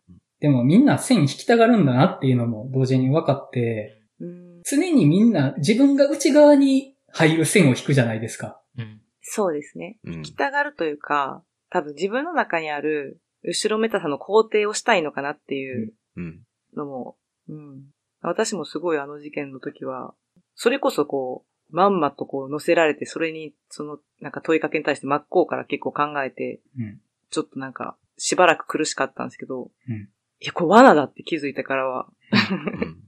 S1: でもみんな線引きたがるんだなっていうのも同時に分かって、
S2: うん、
S1: 常にみんな自分が内側に入る線を引くじゃないですか。
S4: うん
S2: そうですね。
S3: うん。
S2: 行きたがるというか、多分自分の中にある後ろめたさの肯定をしたいのかなっていう
S3: うん。
S2: のも、うん。私もすごいあの事件の時は、それこそこう、まんまとこう乗せられて、それに、その、なんか問いかけに対して真っ向から結構考えて、
S1: うん。
S2: ちょっとなんか、しばらく苦しかったんですけど、
S1: うん
S2: いや、これ罠だって気づいてからは、
S3: うん。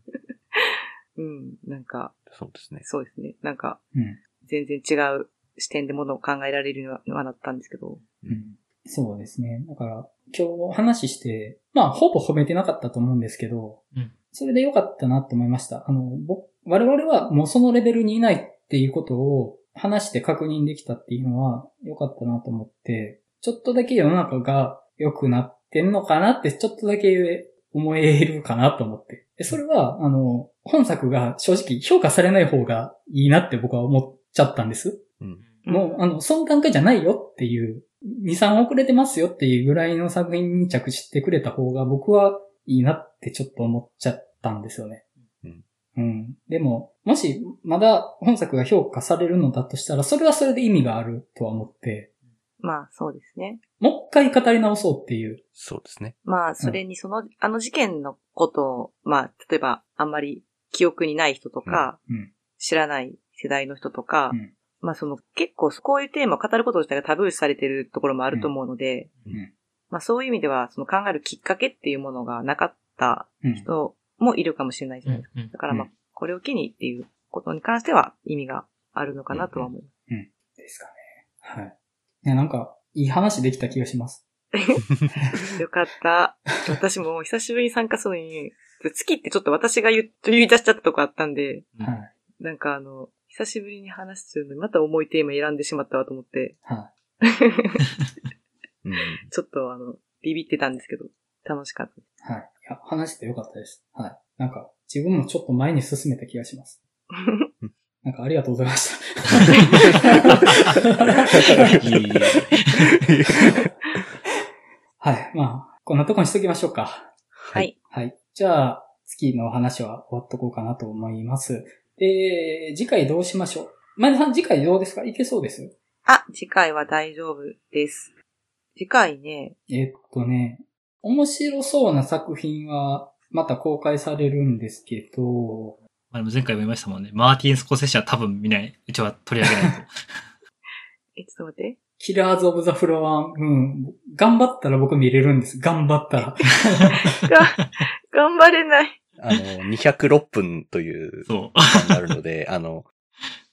S2: うん、なんか、
S3: そうですね。
S2: そうですね。なんか、
S1: うん。
S2: 全然違う視点でものを考えられるようにはなったんですけど。
S1: うんそうですね。だから、今日話して、まあ、ほぼ褒めてなかったと思うんですけど、
S4: うん
S1: それで良かったなと思いました。あの、僕、我々はもうそのレベルにいないっていうことを話して確認できたっていうのは良かったなと思って、ちょっとだけ世の中が良くなってんのかなって、ちょっとだけ思えるかなと思って。でそれは、あの、本作が正直評価されない方がいいなって僕は思っちゃったんです。
S3: うん。
S1: もう、あの、その段階じゃないよっていう、2、3遅れてますよっていうぐらいの作品に着してくれた方が僕はいいなってちょっと思っちゃったんですよね。
S3: うん。
S1: うん。でも、もし、まだ本作が評価されるのだとしたら、それはそれで意味があるとは思って、
S2: まあ、そうですね。
S1: もう一回語り直そうっていう。
S3: そうですね。
S2: まあ、それにその、あの事件のことを、まあ、例えば、あんまり記憶にない人とか、
S1: うん。
S2: 知らない世代の人とか、
S1: うん
S2: まあ、その、結構、こういうテーマを語ること自体がタブー視されてるところもあると思うので、
S3: うん
S1: うん
S2: まあ、そういう意味では、その考えるきっかけっていうものがなかった
S1: うん。
S2: 人もいるかもしれないじゃ
S4: う
S2: ないです
S4: んうん
S2: か。だから、まあ
S1: うん、
S2: これを機にっていうことに関しては、意味があるのかなとは思います。
S1: ですかね。はい。いや、なんか、いい話できた気がします。
S2: よかった。私も久しぶりに参加するのに、月ってちょっと私が言う言い出しちゃったとこあったんで、
S4: うん
S1: はい。
S2: なんかあの、久しぶりに話するのにまた重いテーマ選んでしまったわと思って、
S1: は
S3: うん。
S2: ちょっとあの、ビビってたんですけど、楽しかった。
S1: い。はい。いや、話してよかったです。はい。なんか、自分もちょっと前に進めた気がします。なんかありがとうございました。
S4: いい
S1: はい。まあ、こんなとこにしときましょうか。
S3: は。
S1: はい。じゃあ、月のお話は終わっとこうかなと思います。で、次回どうしましょう前田さん、次回どうですかいけそうです。
S2: あ、次回は大丈夫です。次回ね、
S1: えっとね、面白そうな作品は、また公開されるんですけど、
S4: まあでも前回も言いましたもんね。マーティン・スコセッシは多分見ない。うちは取り上げないと。
S2: え、ちょっと待って。
S1: キラーズ・オブ・ザ・フラワー、うん、頑張ったら僕見れるんです。頑張った ら。
S2: が、 頑張れない。
S3: あの、206分という
S4: そう。
S3: 時間があるので、あの、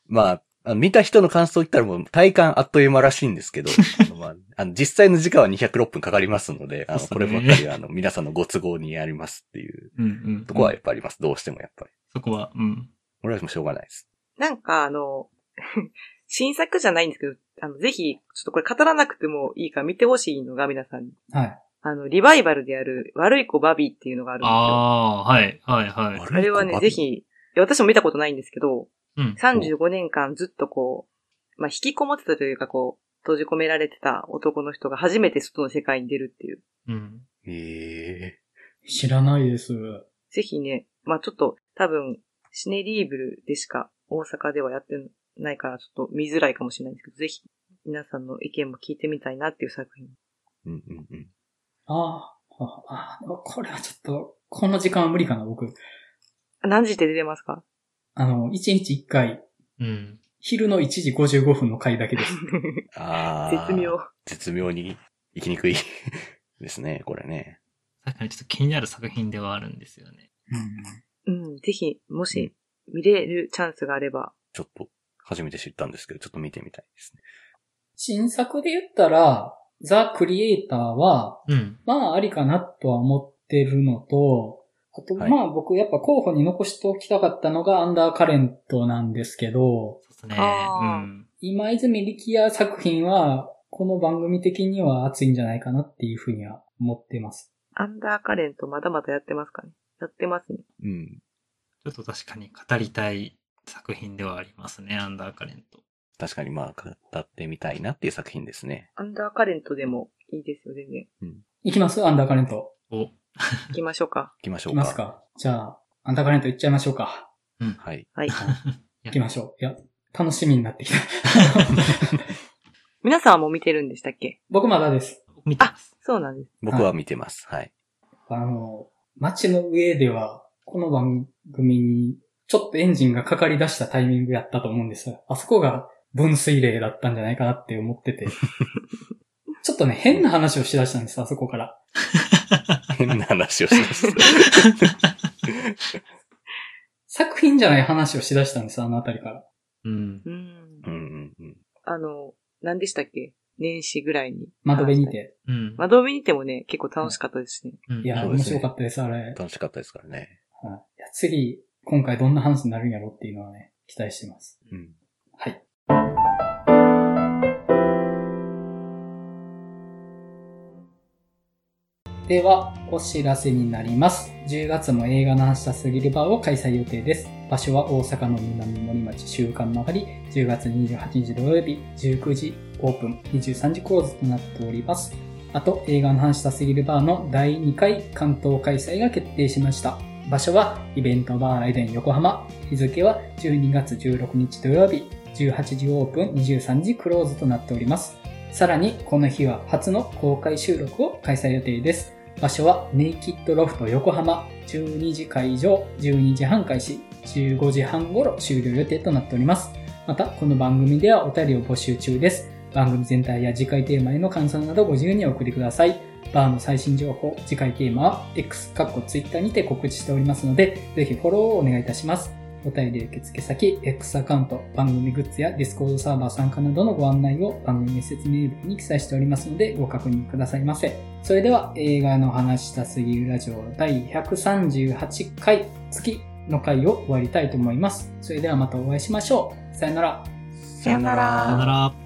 S3: まあ、あの見た人の感想を言ったらもう体感あっという間らしいんです けど、あのまあ、あの実際の時間は206分かかりますので、あの、
S4: そ
S3: こ
S4: う
S3: れ
S4: です
S3: ば
S4: ね
S3: っかりはあの、皆さんのご都合にやりますっていう
S4: うんうん。
S3: とこはやっぱあります。どうしてもやっぱり。
S4: そこは、うん。
S3: 俺はもうしょうがないです。
S2: なんかあの、 新作じゃないんですけど、あの、ぜひ、ちょっとこれ語らなくてもいいから見てほしいのが皆さんに。
S1: はい。
S2: あの、リバイバルである悪い子バビーっていうのがあるんですよ。あ
S4: ああー、はい、はい、はい。
S3: あ
S2: れはね、ぜ。ひ、いや私も見たことないんですけど、
S4: うん。
S2: 35年間ずっとこう、まあ、引きこもってたというかこう、閉じ込められてた男の人が初めて外の世界に出るっていう。
S4: うん。
S3: え
S1: 知らないです。
S2: ぜひね、まあ、ちょっと多分、シネリーブルでしか大阪ではやってないからちょっと見づらいかもしれないんですけど、ぜひ皆さんの意見も聞いてみたいなっていう作品。
S3: えうんうんうん。
S1: あーあ、あーこれはちょっと、この時間は無理かな、僕。
S2: あ何時で出てます か
S1: あの、1日1回、
S4: うん。
S1: 昼の1時55分の回だけです。
S3: ああ。
S2: 絶妙。。
S3: 絶妙に生きにくい ですね、これね。
S4: 確かにちょっと気になる作品ではあるんですよね。
S1: うん
S2: うん、ぜひ、もし見れるチャンスがあれば。
S3: ちょっと、初めて知ったんですけど、ちょっと見てみたいですね。
S1: 新作で言ったら、ザ・クリエイターは、
S4: うん。
S1: まあ、ありかなとは思ってるのと、あと、
S3: はい
S1: まあ僕やっぱ候補に残しておきたかったのがアンダーカレントなんですけど、
S4: そうですね。う
S2: あー
S4: ん。
S1: 今泉力也作品は、この番組的には熱いんじゃないかなっていうふうには思ってます。
S2: アンダーカレントまだまだやってますかねやってますね。
S3: うん。
S4: ちょっと確かに語りたい作品ではありますね、アンダーカレント。
S3: 確かにまあ、語ってみたいなっていう作品ですね。
S2: アンダーカレントでもいいですよ、全然。
S1: いきますアンダーカレント。
S4: お、
S2: 行きましょうか。
S3: 行きまし
S1: い
S3: ょ
S1: き
S3: うか。
S1: ますかじゃあ、アンダーカレントいっちゃいましょうか。
S4: うん。
S3: はい。
S2: はい。
S1: いきましょう。いや、楽しみになってきた。
S2: 皆さんはもう見てるんでしたっけ
S1: 僕まだです。
S4: 見てます。
S2: そうなんです。
S3: 僕は見てます。 はい。
S1: あの、街の上では、この番組に、ちょっとエンジンがかかり出したタイミングやったと思うんです。あそこが分水嶺だったんじゃないかなって思ってて。ちょっとね、変な話をしだしたんです、あそこから。
S3: 変な話をします。
S1: 作品じゃない話をしだしたんです、あのあたりから。
S4: うん
S2: う。ーん
S3: う。んうんうん。
S2: あの、何でしたっけ年始ぐらいに。
S1: 窓辺に。て。
S4: うん。
S2: 窓辺にてもね、結構楽しかったですね。
S4: う
S1: い
S4: ん
S1: や、
S3: そう
S1: 面
S3: ですね
S1: 白かったです、あれ。はい
S3: 楽しかったですからね。
S1: いや次、今回どんな話になるんやろっていうのはね、期待してます。
S3: うん。
S1: はい。では、お知らせになります。10月も映画の話したすぎるバーを開催予定です。場所は大阪の南森町週間曲がり、10月28日土曜日、19時オープン、23時クローズとなっております。あと、映画の話したすぎるバーの第2回関東開催が決定しました。場所はイベントバーライデン横浜。日付は12月16日土曜日、18時オープン、23時クローズとなっております。さらに、この日は初の公開収録を開催予定です。場所はネイキッドロフト横浜、12時会場、12時半開始、15時半頃終了予定となっております。また、この番組ではお便りを募集中です。番組全体や次回テーマへの感想などご自由にお送りください。バーの最新情報、次回テーマは X、括弧 Twitter にて告知しておりますので、ぜひフォローをお願いいたします。お便り受付先、X アカウント、番組グッズや Discord サーバー参加などのご案内を番組説明文に記載しておりますので、ご確認くださいませ。それでは、映画の話したすぎるラジオ第138回、月の回を終わりたいと思います。それではまたお会いしましょう。さよなら。
S3: さ
S2: よなら
S4: さよなら。